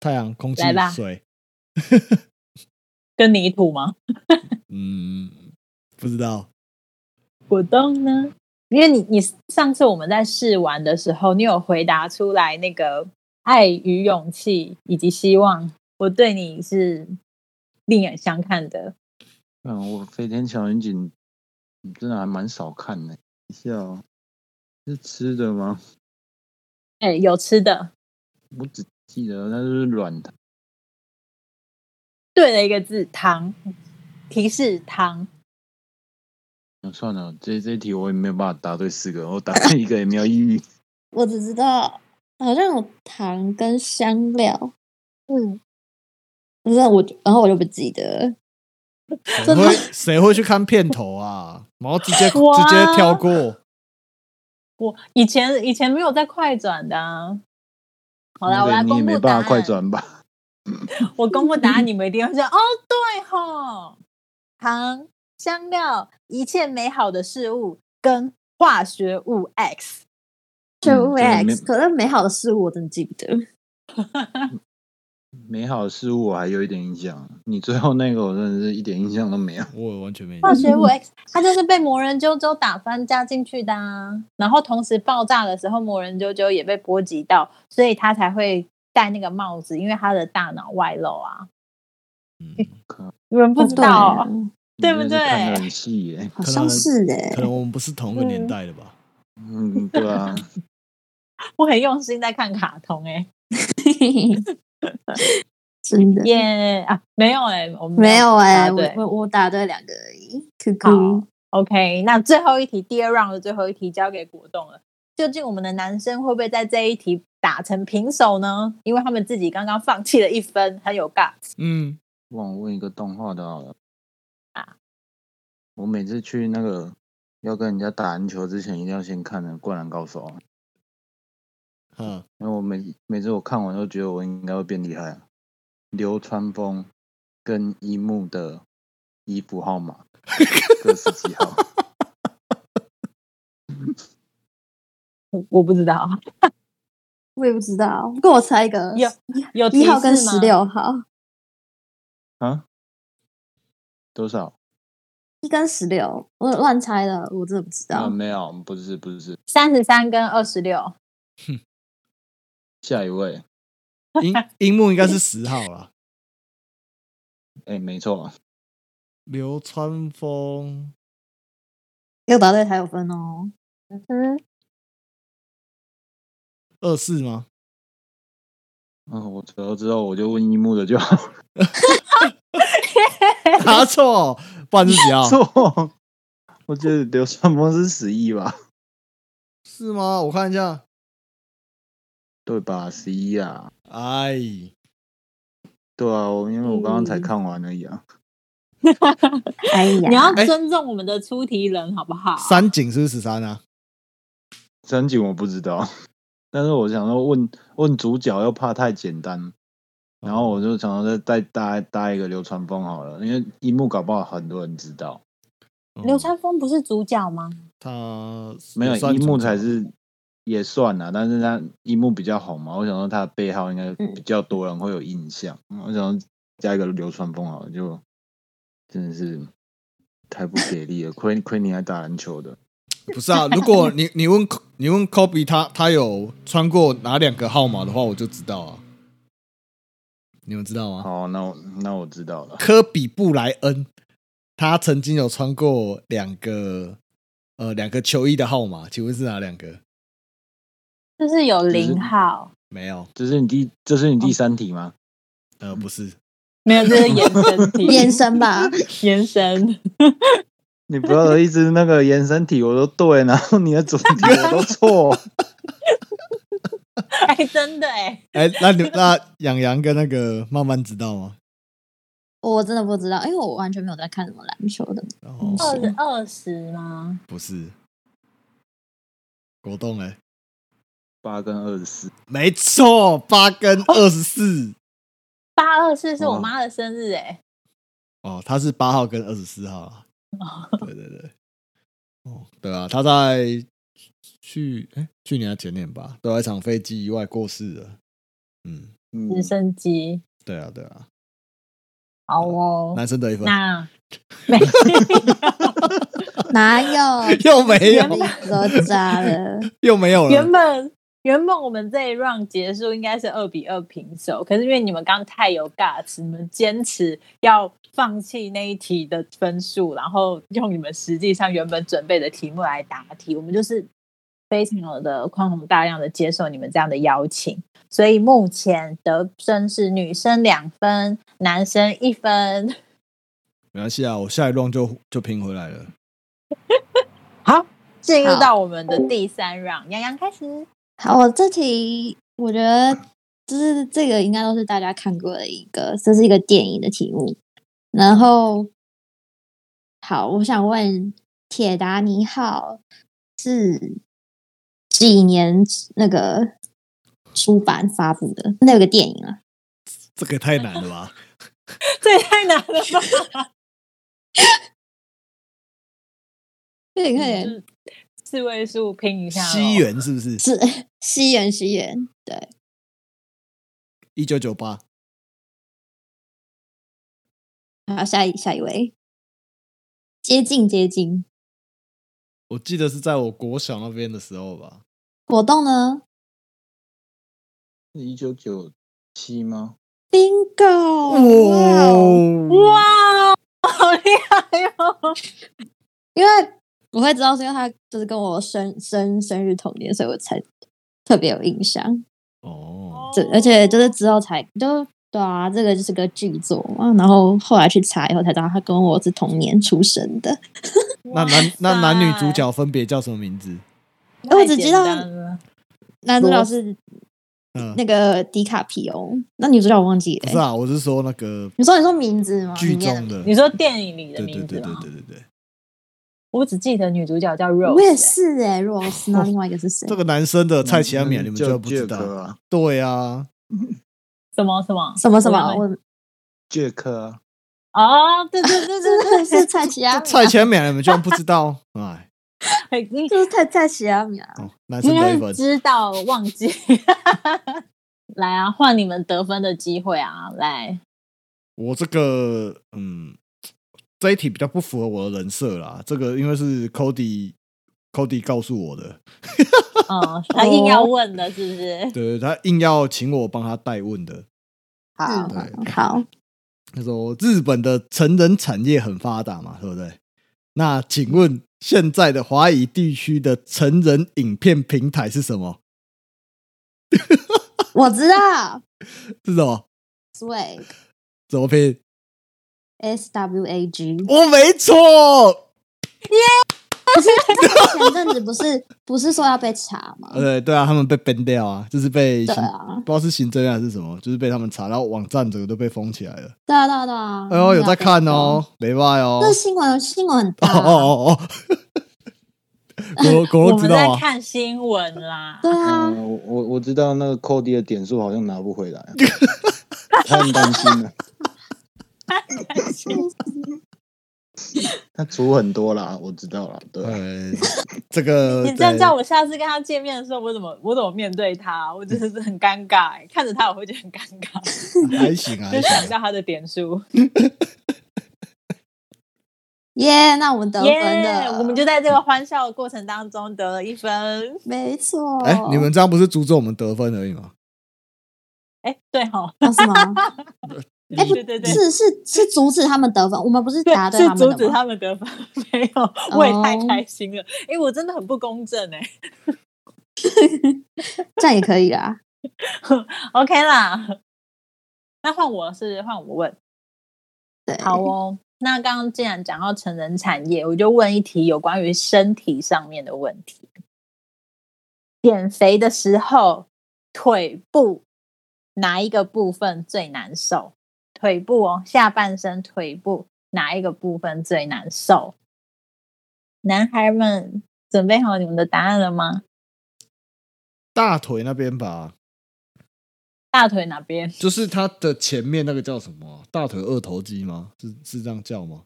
Speaker 2: 太阳、空气
Speaker 1: 来吧、
Speaker 2: 水，
Speaker 1: 跟泥土吗？
Speaker 2: 嗯，不知道。
Speaker 1: 果冻呢？因为你你上次我们在试玩的时候，你有回答出来那个爱与勇气以及希望，我对你是另眼相看的。
Speaker 3: 嗯，我飞天小女警真的还蛮少看的、一下、哦，是吃的吗？
Speaker 1: 哎，有吃的，
Speaker 3: 我只记得那就是软糖，
Speaker 1: 对了一个字糖，提示糖，
Speaker 3: 那算了，这这一题我也没有办法答对四个，我答对一个也没有意义。
Speaker 4: 我只知道好像有糖跟香料，
Speaker 1: 嗯，
Speaker 4: 不是我，然后我就不记得了。
Speaker 1: (laughs)
Speaker 2: 谁会谁会去看片头啊？然后直接直
Speaker 1: 哇
Speaker 2: 接跳过。
Speaker 1: 我以前以前没有在快转的、啊。好啦，
Speaker 3: 那
Speaker 1: 我
Speaker 3: 个
Speaker 1: 来
Speaker 3: 你也
Speaker 1: 公
Speaker 3: 没
Speaker 1: 布答
Speaker 3: 办
Speaker 1: 案。
Speaker 3: 法快转吧？
Speaker 1: 我公布答案，你们一定会说：“哦，对吼，糖、香料、一切美好的事物跟化学物 X。
Speaker 4: 全
Speaker 3: 嗯
Speaker 4: 部
Speaker 3: 对没
Speaker 4: X，可是美好的事物我真的记不得。
Speaker 3: 美好的事物我还有一点印象，你最后那个我真的是一点印象都没有。
Speaker 2: 我完全没
Speaker 1: 化学
Speaker 3: (laughs)
Speaker 1: 物 X，它就是被魔人啾啾打翻加进去的、啊，然后同时爆炸的时候，魔人啾啾也被波及到，所以他才会戴那个帽子，因为他的大脑外露啊。
Speaker 2: 嗯
Speaker 1: 你们不知道哦、
Speaker 4: 哦
Speaker 1: (laughs)
Speaker 4: 对
Speaker 1: 对不
Speaker 3: 你真的是看得
Speaker 1: 对
Speaker 3: 很细耶、
Speaker 4: 好像是哎
Speaker 2: 可，能我们不是同一个年代的吧？
Speaker 3: 嗯，对
Speaker 1: (laughs)
Speaker 3: 啊，
Speaker 1: 我很用心在看卡通哎、
Speaker 4: (laughs) 真 (laughs) 的
Speaker 1: 耶、啊，没有哎、我们
Speaker 4: 没有哎，
Speaker 1: 答对
Speaker 4: 我我我答对两个而已。QQ
Speaker 1: 好 OK，那最后一题，第二 round 的最后一题交给果冻了。究竟我们的男生会不会在这一题打成平手呢？因为他们自己刚刚放弃了一分，很有 guts。
Speaker 2: 嗯，
Speaker 3: 忘了问一个动画的好了
Speaker 1: 啊。
Speaker 3: 我每次去那个要跟人家打篮球之前，一定要先看那个《灌篮高手》啊，
Speaker 2: 嗯，
Speaker 3: 因为我每每次我看完都觉得我应该会变厉害啊。流川枫跟一木的衣服号
Speaker 1: (laughs)
Speaker 3: 码各十几号，
Speaker 1: 我我不知道，
Speaker 4: 我也不知道，不过我猜一个
Speaker 1: 有有提
Speaker 4: 呃一
Speaker 1: 示
Speaker 4: 号跟
Speaker 1: 吗
Speaker 4: 十，六号，
Speaker 3: 啊？
Speaker 1: (laughs)
Speaker 3: 多少？
Speaker 4: 一跟十六，我乱猜的，我真的不知
Speaker 3: 啊，
Speaker 4: 道。
Speaker 3: 没有，不是，不是。
Speaker 1: 三十三跟二十六，
Speaker 3: 下一位，
Speaker 2: 樱啊 (laughs) 樱木应该是十号啦。
Speaker 3: 哎、没错，
Speaker 2: 流川枫，
Speaker 4: 要答对才有分哦。
Speaker 1: 嗯，
Speaker 2: 二四
Speaker 1: (laughs)
Speaker 2: 吗？
Speaker 3: 嗯，我走后之后我就问一木的就好了。
Speaker 2: 答啊错，不然是几号？
Speaker 3: 错，我觉得流川枫是十一吧？
Speaker 2: 是吗？我看一下。
Speaker 3: 对吧？十一啊，
Speaker 2: 哎，
Speaker 3: 对啊，我因为我刚刚才
Speaker 1: 嗯
Speaker 3: 看完而已啊。
Speaker 4: 哎呀，
Speaker 1: 你
Speaker 4: (laughs)
Speaker 1: 要
Speaker 2: 哎
Speaker 1: 尊重我们的出题人好不好？
Speaker 2: 三井是不是十三啊？
Speaker 3: 三井我不知道， (laughs) 但是我想说问问主角又怕太简单，然后我就想说再再搭搭一个流川枫好了，因为一幕搞不好很多人知道，
Speaker 2: 嗯
Speaker 1: 流川枫不是主角吗？
Speaker 2: 哦他
Speaker 3: 没有
Speaker 2: 也算
Speaker 3: 一幕
Speaker 2: 主角
Speaker 3: 才是也算啦，但是他一幕比较红嘛，我想说他的背号应该比较多人会有印象，我想说加一个流川枫好了，就真的是太不给力了，亏亏你还打篮球的。
Speaker 2: (laughs) 不是啊，如果你你问你问 Kobe 他他有穿过哪两个号码的话，我就知道啊。你们知道吗？
Speaker 3: 好，那我那我知道了。
Speaker 2: 科比布莱恩，他曾经有穿过两个呃两个球衣的号码，请问是哪两个？
Speaker 1: 就是有
Speaker 3: 就是
Speaker 1: 零号，
Speaker 2: 没有，
Speaker 3: 这是你第这是你第三题吗？
Speaker 2: 呃，不是，
Speaker 4: (laughs)
Speaker 1: (laughs) 没有，这是延伸题， (laughs)
Speaker 4: 延伸吧，
Speaker 1: 延伸。
Speaker 3: (laughs) 你不要一直那个延伸题我都对，然后你的主题我都错。
Speaker 1: 哎，真的哎，
Speaker 2: 哎、那你那养羊跟那个慢慢知道吗？
Speaker 4: 我真的不知道，因为我完全没有在看什么篮球的。
Speaker 2: 哦，
Speaker 1: 二十二十吗？
Speaker 2: 不是，果冻哎、
Speaker 3: (laughs) 八跟二十四，
Speaker 2: 没错，八跟二十四
Speaker 1: 八二四是我
Speaker 3: 哦
Speaker 1: 妈的生日哎，
Speaker 2: 哦，他是八号跟二十四号啊。对对对，哦，对啊，他在去哎、去年还前年吧，都在一场飞机意外过世了。嗯，
Speaker 3: 嗯，
Speaker 1: 直升机。
Speaker 2: 对啊对啊，
Speaker 1: 好哦，
Speaker 2: 男生得一分，
Speaker 1: 那 (laughs) 没有
Speaker 4: 哪 (laughs) 有？
Speaker 2: (laughs) 又没
Speaker 4: 原
Speaker 2: 有
Speaker 4: 本都渣了，
Speaker 2: 又没有
Speaker 1: 原
Speaker 2: 了，
Speaker 1: 本。原本我们这一 round 结束应该是二比二平手，可是因为你们刚太有 guts，你们坚持要放弃那一题的分数，然后用你们实际上原本准备的题目来答题，我们就是非常的宽宏大量的接受你们这样的邀请。所以目前得分是女生两分，男生一分。
Speaker 2: 没关系啊，我下一 round 就就拼回来了。
Speaker 1: 好，进入
Speaker 4: 好
Speaker 1: 到我们的第三 round，洋洋开 (laughs) 始。
Speaker 4: 好，我这题我觉得就是这个应该都是大家看过的一个，这是一个电影的题目。然后，好，我想问《铁达尼号》是几年那个出版发布的？那有个电影啊，
Speaker 2: 这个也太难了吧？
Speaker 1: 这也太难了 (laughs) 吧！
Speaker 4: 快点快
Speaker 1: 就
Speaker 4: 点，
Speaker 1: 是四位数拼一下哦咯，
Speaker 2: 西元是不是？
Speaker 4: 是西元西元，对，
Speaker 2: 一九九八，
Speaker 4: 好，下一下一位，接近接近，
Speaker 2: 我记得是在我国小那边的时候吧。
Speaker 4: 果冻呢
Speaker 3: 嗯一九九七吗？
Speaker 4: ？bingo，哇哦
Speaker 2: 哇，
Speaker 1: 哇，好厉害哟、哦！
Speaker 4: 因为我会知道，是因为他就是跟我生生生日同年，所以我才特别有印象。
Speaker 2: 哦，
Speaker 4: 这而且就是之后才就对啊，这个就是个剧作嘛。然后后来去查以后才知道，他跟我是同年出生的。
Speaker 2: 那男那男女主角分别叫什么名字？
Speaker 1: 太
Speaker 4: 我只知道
Speaker 1: 简单了
Speaker 4: 男主角是
Speaker 2: 嗯，
Speaker 4: 那个迪卡皮欧，那女主角我忘记
Speaker 2: 不
Speaker 4: 了、欸
Speaker 2: 是啊，我是说那个
Speaker 4: 你说你说名字吗？
Speaker 2: 剧
Speaker 4: 哦里面的
Speaker 2: 中的，
Speaker 1: 你说电影里的
Speaker 2: 对对
Speaker 1: 名字
Speaker 2: 对
Speaker 4: 啊
Speaker 2: 对
Speaker 1: 吗？
Speaker 2: 对对对，
Speaker 1: 我只记得女主角叫
Speaker 4: 名
Speaker 1: Rose，
Speaker 4: 我也是哎、r o s e 那另外一个是谁？
Speaker 2: 这个男生的蔡奇安米，你们就
Speaker 3: 嗯就
Speaker 2: 不知道。
Speaker 3: 啊，
Speaker 2: 对啊，
Speaker 1: 什么什么
Speaker 4: 什么什么？
Speaker 1: 我
Speaker 4: 我
Speaker 3: 杰克啊，
Speaker 1: 哦，对对对对
Speaker 4: 真的
Speaker 1: 对， (laughs)
Speaker 4: 是蔡奇亚
Speaker 2: 这 (laughs)
Speaker 4: 米啊，
Speaker 2: 蔡奇安米你们居然不知道， (laughs) 哎，
Speaker 1: 对你
Speaker 4: 就是蔡蔡奇亚米啊！
Speaker 2: 哦，男生
Speaker 1: 应
Speaker 2: 得一
Speaker 1: 该
Speaker 2: 分，
Speaker 4: 嗯
Speaker 1: 知道忘记。 (laughs) 来啊，换你们得分的机会啊！来，
Speaker 2: 我这个嗯，这一题比较不符合我的人设啦，这个因为是 Cody Cody 告诉我的，
Speaker 1: 嗯，他硬要问的是不是？
Speaker 2: 对他硬要请我帮他代问的，
Speaker 1: 好，
Speaker 2: 对
Speaker 4: 嗯，好，
Speaker 2: 他说日本的成人产业很发达嘛，对不对？那请问现在的华语地区的成人影片平台是什么？
Speaker 4: 我知道
Speaker 2: 是什么？
Speaker 4: ，Swag
Speaker 2: 怎么拼？
Speaker 4: S W A G。
Speaker 2: 我没错。
Speaker 4: 不是前阵子不是不是说要被查吗？
Speaker 2: 呃，对啊，他们被 ban 掉啊，就是被
Speaker 4: 对
Speaker 2: 行、
Speaker 4: 啊
Speaker 2: 不知道是行政院还是什么，就是被他们查，然后网站整个都被封起来了。
Speaker 4: 对啊对啊对啊！
Speaker 2: 哎呦，有在看
Speaker 4: 要被
Speaker 2: 哦，没办哦 (laughs)
Speaker 4: 查。。这新闻新闻很
Speaker 2: 哦
Speaker 4: 大啊，
Speaker 2: 哦哦哦，果果
Speaker 1: 我
Speaker 2: 肉知
Speaker 1: 们
Speaker 2: 道
Speaker 1: 在
Speaker 2: 啊，
Speaker 1: 看新闻啦。
Speaker 4: 对啊，
Speaker 3: 嗯，我我我知道那个 Cody 的点数好像拿不回来，啊 (laughs) 他很担心啊了，他出很多啦，我知道啦，对啊，
Speaker 2: 呃，这个
Speaker 1: 你这样
Speaker 2: 对
Speaker 1: 叫我下次跟他见面的时候，我怎么我怎么面对他？我真的是很尴尬、欸，看着他我会觉得很尴尬，
Speaker 2: 还行啊，
Speaker 1: 就
Speaker 2: 还
Speaker 1: 想
Speaker 2: 行
Speaker 1: 到他的点数。
Speaker 4: 耶！那我们得
Speaker 1: 耶
Speaker 4: 分的，
Speaker 1: 我们就在这个欢笑的过程当中得了一分。
Speaker 4: 没错。
Speaker 2: 哎、你们这样不是阻止我们得分而已吗？
Speaker 1: 哎、对哈，
Speaker 4: 哦是吗？哎
Speaker 1: 对 (laughs) 对对，
Speaker 4: 是是是阻止他们得分，我们不是
Speaker 1: 对
Speaker 4: 答对
Speaker 1: 是
Speaker 4: 他们
Speaker 1: 阻
Speaker 4: 的
Speaker 1: 止
Speaker 4: 吗？哦
Speaker 1: 他们得分，没有，我也太开心了。哎、我真的很不公正哎、
Speaker 4: 这样也可以啦。
Speaker 1: OK 啦，那换我是换我问。
Speaker 4: 对，
Speaker 1: 好哦，那刚刚既然讲到成人产业，我就问一题有关于身体上面的问题。减肥的时候，腿部哪一个部分最难受？腿部哦，下半身腿部哪一个部分最难受？男孩们准备好你们的答案了吗？
Speaker 2: 大腿那边吧，
Speaker 1: 大腿哪边？
Speaker 2: 就是它的前面那个叫什么啊？大腿二头肌吗？是是这样叫吗？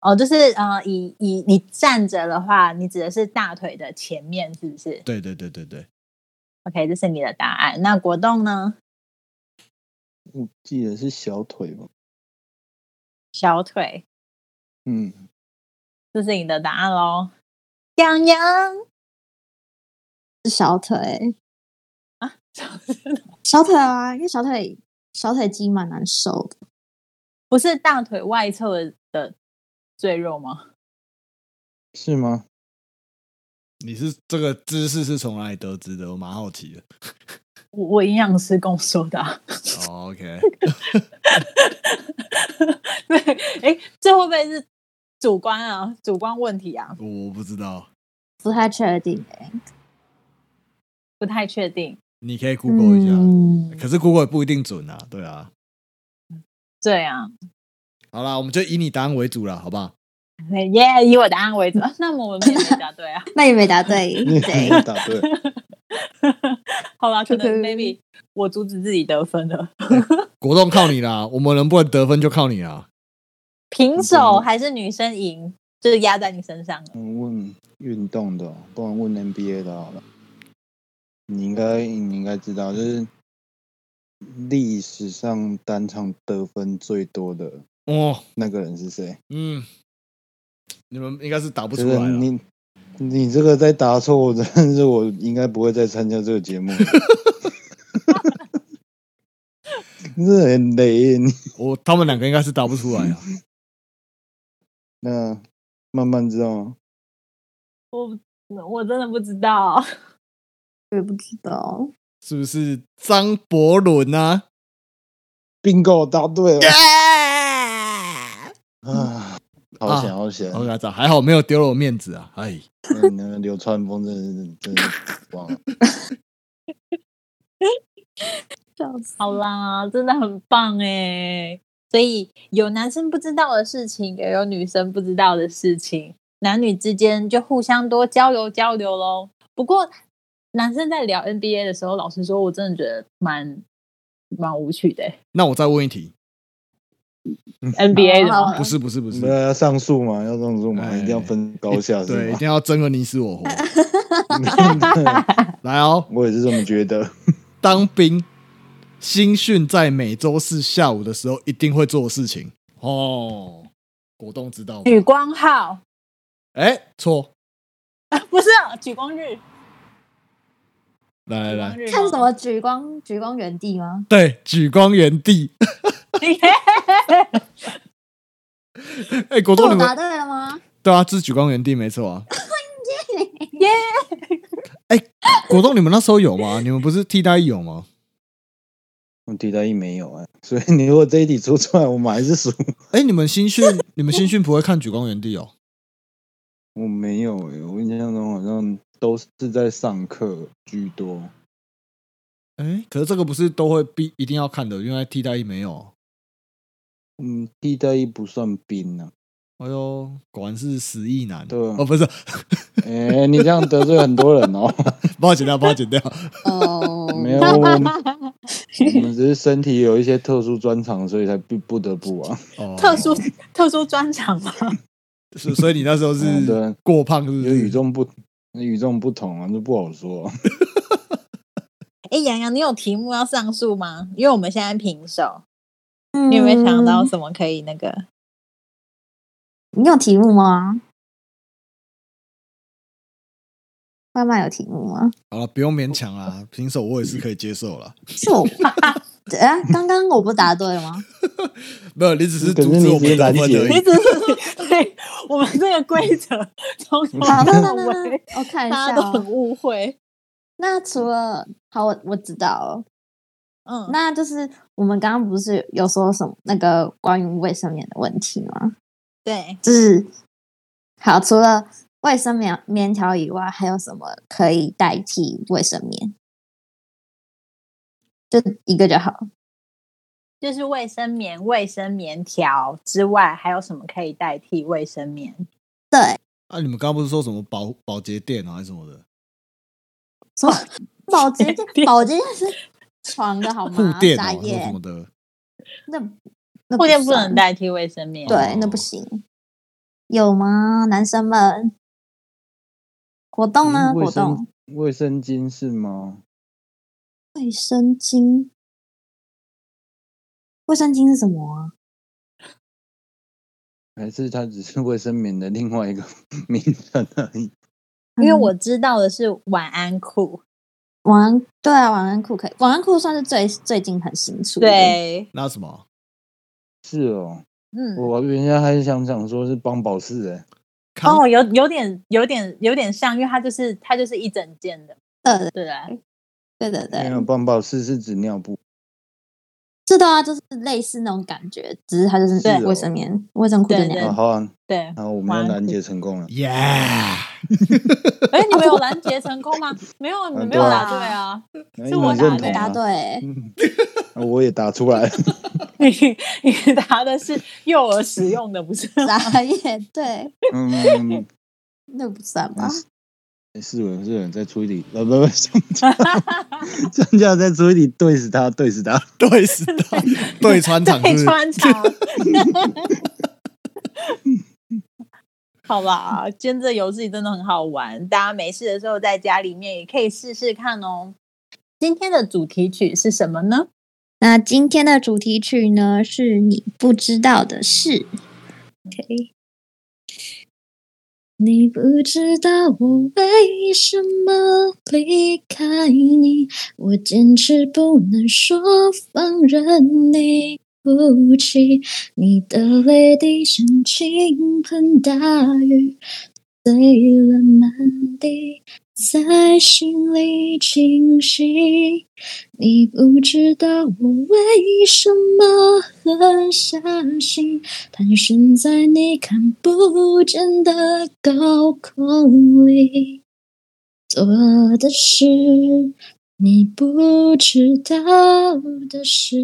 Speaker 1: 哦，就是呃，以以你站着的话，你指的是大腿的前面，是不是
Speaker 2: 对对对对对，
Speaker 1: ？OK，这是你的答案。那果冻呢？
Speaker 3: 我记得是小腿吧？
Speaker 1: 小腿，
Speaker 3: 嗯，
Speaker 1: 这是你的答案喽。洋 (laughs) 洋，
Speaker 4: 是小腿，
Speaker 1: 不
Speaker 4: 小腿啊，因为小腿小腿肌蛮难受的，
Speaker 1: 是大腿外侧的赘肉吗？
Speaker 3: 是吗？
Speaker 2: 你是这个姿势是从哪里得知的？我蛮好奇的。
Speaker 1: 我我营养师跟我说的、啊。 (laughs)
Speaker 2: 哦 OK， (laughs)
Speaker 1: 对，哎，这会不会是主观啊？主观问题啊？
Speaker 2: 我不知道，
Speaker 4: 不太确定哎、
Speaker 1: 不太确定。
Speaker 2: 你可以 Google 一下，
Speaker 4: 嗯
Speaker 2: 可是 Google 也不一定准啊。对啊，
Speaker 1: 对啊，
Speaker 2: 好啦，我们就以你答案为主了，好不好？
Speaker 1: 哎耶、以我答案为主。啊 (laughs) 那么我们也没答对啊。
Speaker 4: 那也没答对，
Speaker 2: (laughs)
Speaker 3: 你
Speaker 4: 对，
Speaker 3: 答对，
Speaker 1: 好啦，可能
Speaker 4: OK
Speaker 1: maybe 我阻止自己得分了。
Speaker 2: 果冻靠你啦， (laughs) 我们能不能得分就靠你啦。
Speaker 1: 平手还是女生赢，就是压在你身上了。啊
Speaker 3: 嗯问运动的哦，不然问 NBA 的好了。你应该你应该知道，就是历史上单场得分最多的
Speaker 2: 哦，
Speaker 3: 那个人是谁？
Speaker 2: 嗯，你们应该是打不
Speaker 3: 就
Speaker 2: 出来啊
Speaker 3: 是
Speaker 2: 了。
Speaker 3: 你，你这个再答错，我真的是我应该不会再参加这个节目了。 (laughs) 你这很雷耶你。
Speaker 2: 我他们两个应该是答不出来啊。
Speaker 3: 那慢慢知道吗？
Speaker 1: 我我真的不知道。 (laughs)
Speaker 4: 我也不知道，
Speaker 2: 是不是张伯伦啊？
Speaker 3: bingo 答
Speaker 2: (laughs)
Speaker 3: 对了。啊，好险，
Speaker 2: 啊
Speaker 3: 好险！
Speaker 2: 我来找，还好没有丢了我面子啊！哎，
Speaker 3: 那你那个流川枫真的是真的是忘了。
Speaker 4: 笑死，
Speaker 1: 好啦，真的很棒哎！所以有男生不知道的事情，也有女生不知道的事情，男女之间就互相多交流交流喽。不过男生在聊 NBA 的时候，老实说，我真的觉得蛮蛮无趣的欸、
Speaker 2: 那我再问一题，
Speaker 1: NBA 的
Speaker 4: 好啊
Speaker 1: 吗
Speaker 4: 好
Speaker 2: 不是不是不
Speaker 3: 你
Speaker 2: 是
Speaker 3: 们，要上诉嘛？要上诉嘛？
Speaker 2: 哎
Speaker 3: 一定要分高下
Speaker 2: 对，
Speaker 3: 是
Speaker 2: 一
Speaker 3: 吗？
Speaker 2: 定要争个你死我活。
Speaker 3: (laughs)
Speaker 2: 来哦，
Speaker 3: 我也是这么觉得。
Speaker 2: 当兵，新训在每周四下午的时候一定会做的事情哦。果冻知道吗？
Speaker 1: 举光号 (laughs)
Speaker 2: 哎，错，
Speaker 1: 啊，不是啊举光日，
Speaker 2: 来来
Speaker 1: 举光日
Speaker 2: 来，
Speaker 1: 吗
Speaker 4: 看什？么举光举光原地吗？
Speaker 2: 对，举光原
Speaker 4: (laughs)
Speaker 2: 地。哎，果冻
Speaker 4: 我
Speaker 2: 你
Speaker 4: 答
Speaker 2: 们
Speaker 4: 对了吗？
Speaker 2: 对啊，这是举光原地没错啊。
Speaker 1: 耶、
Speaker 2: 果冻你们那时候有吗？你们不是替代役有吗？
Speaker 3: 我替代役没有啊，所以你如果这一题出出来，我们还是输。
Speaker 2: 哎，你们 (laughs) 新训，你们新训不会看举光原地哦？
Speaker 3: 我没有诶、我印象中好像都是在上课居多。
Speaker 2: 哎，可是这个不是都会必一定要看的，因为替代役没有。
Speaker 3: 嗯，替代役不算兵啊。
Speaker 2: 哎呦，果然是十亿男。
Speaker 3: 对啊
Speaker 2: 哦，不是， (laughs)
Speaker 3: 哎、你这样得罪很多人哦。
Speaker 2: 帮我剪掉，帮我剪掉。
Speaker 4: 哦，
Speaker 3: (laughs) 没有，我们我们只是身体有一些特殊专长，所以才不不得不啊。
Speaker 2: 哦，
Speaker 1: 特殊特殊专场吗？
Speaker 2: 是，所以你那时候是
Speaker 3: 嗯 (laughs) 对
Speaker 2: 过胖，是不
Speaker 3: 有
Speaker 2: 是？
Speaker 3: 与众不与众不同啊，这不好说、
Speaker 1: 哎、洋洋，你有题目要上诉吗？因为我们现在平手，你
Speaker 4: 你
Speaker 1: 有没有想到什么可以那个？
Speaker 4: 嗯你有题目吗？慢慢有题目吗？
Speaker 2: 好了，不用勉强啦，平手我也是可以接受啦。
Speaker 4: 是 (laughs) 我哎，刚刚我不答对
Speaker 1: (laughs)
Speaker 4: 了吗？
Speaker 2: 没有，你只是
Speaker 3: 可是
Speaker 2: 阻止
Speaker 3: 你
Speaker 2: 我
Speaker 3: 直接
Speaker 2: 们得
Speaker 3: 拦
Speaker 2: 分
Speaker 3: 截
Speaker 2: 而
Speaker 1: 你
Speaker 2: 已。
Speaker 1: 只是 (laughs) 对我们这个规则从头
Speaker 4: 好，那那
Speaker 1: 到
Speaker 4: 那
Speaker 1: (laughs) 尾，
Speaker 4: 那，我看一
Speaker 1: 大
Speaker 4: 下
Speaker 1: 家都很
Speaker 4: 哦。
Speaker 1: 误会。
Speaker 4: 那除了好，我我知道了，
Speaker 1: 嗯，
Speaker 4: 那就是我们刚刚不是有说什么那个关于卫生棉的问题吗？
Speaker 1: 对，
Speaker 4: 就是好，除了卫生棉棉条以外，还有什么可以代替卫生棉？就一个就好了。
Speaker 1: 就是卫生棉、卫生棉条之外，还有什么可以代替卫生棉？
Speaker 4: 对，
Speaker 2: 啊，你们刚刚不是说什么保保洁垫啊，还是什么的
Speaker 1: (laughs)
Speaker 4: 什么保洁
Speaker 1: 洁
Speaker 4: 垫？
Speaker 1: 垫
Speaker 4: 保洁垫是床的好
Speaker 2: 护
Speaker 4: 吗？
Speaker 2: 垫
Speaker 4: 傻
Speaker 2: 啊，什么什
Speaker 4: 眼
Speaker 2: 么，的？
Speaker 4: 那那
Speaker 1: 护垫不
Speaker 4: 算
Speaker 1: 能代替卫生棉，
Speaker 4: 对，那不行。有吗，男生们？果冻呢？
Speaker 3: 嗯卫
Speaker 4: 果冻
Speaker 3: 生。卫生巾是吗？
Speaker 4: 卫生巾，卫生巾是什么啊？
Speaker 3: 还是它只是卫生棉的另外一个 (laughs) 名称而已？
Speaker 1: 因为
Speaker 4: 嗯
Speaker 1: 我知道的是晚安裤，
Speaker 4: 晚安对啊，晚安裤可以，晚安裤算是最最近很新出的。，
Speaker 1: 对，
Speaker 2: 那什么？
Speaker 3: 是哦，
Speaker 1: 嗯，
Speaker 3: 我原先还想想说是帮宝适诶，
Speaker 2: 康
Speaker 1: 哦，有有点有点有点像，因为它就是它就是一整件的，
Speaker 4: 对
Speaker 1: 对啊，
Speaker 4: 呃对对
Speaker 3: 没有
Speaker 4: 对，
Speaker 3: 帮宝适是指尿布，
Speaker 4: 是的啊，就是类似那种感觉，只是它就是
Speaker 3: 对
Speaker 4: 卫生棉、卫生裤的
Speaker 1: 对
Speaker 4: 那
Speaker 1: 对
Speaker 3: 啊
Speaker 4: 样。
Speaker 3: 好啊，
Speaker 1: 对。
Speaker 3: 然后我
Speaker 1: 晚
Speaker 3: 们
Speaker 1: 安
Speaker 3: 又拦截成功了。
Speaker 2: ，Yeah， (laughs)
Speaker 1: (laughs) 哎，你们有拦截成功吗？没有，你们
Speaker 2: 嗯
Speaker 1: 没有
Speaker 3: 对
Speaker 1: 答
Speaker 4: 啊
Speaker 1: 对啊！ (laughs)
Speaker 3: 哎
Speaker 1: 是
Speaker 3: 你
Speaker 1: 我
Speaker 3: 们
Speaker 1: 答
Speaker 3: 认
Speaker 1: 的
Speaker 3: 同
Speaker 4: 答
Speaker 3: 吗？
Speaker 4: 对欸，
Speaker 3: 嗯，啊我也答出来了。
Speaker 1: 你你答的是幼儿使用的，不是吗？
Speaker 4: 傻眼，对，
Speaker 3: 嗯，
Speaker 4: 那不算吧
Speaker 3: 那？是诶是有人是有人在出一题，呃，不 (laughs) 不，上
Speaker 1: (laughs)
Speaker 3: 家上家在出一题，对死他，对死他。
Speaker 2: 对时代，对穿场是
Speaker 1: 对
Speaker 2: 不是？
Speaker 1: 穿插。 (laughs) 好吧，今天这游戏真的很好玩，大家没事的时候在家里面也可以试试看哦。今天的主题曲是什么呢？
Speaker 4: 那今天的主题曲呢是你不知道的事。OK，你不知道我为什么离开你，我坚持不能说放任你哭泣，你的泪滴像倾盆大雨，碎了满地，在心里清晰。你不知道我为什么狠下心，盘旋在你看不见的高空里，做的事你不知道的事。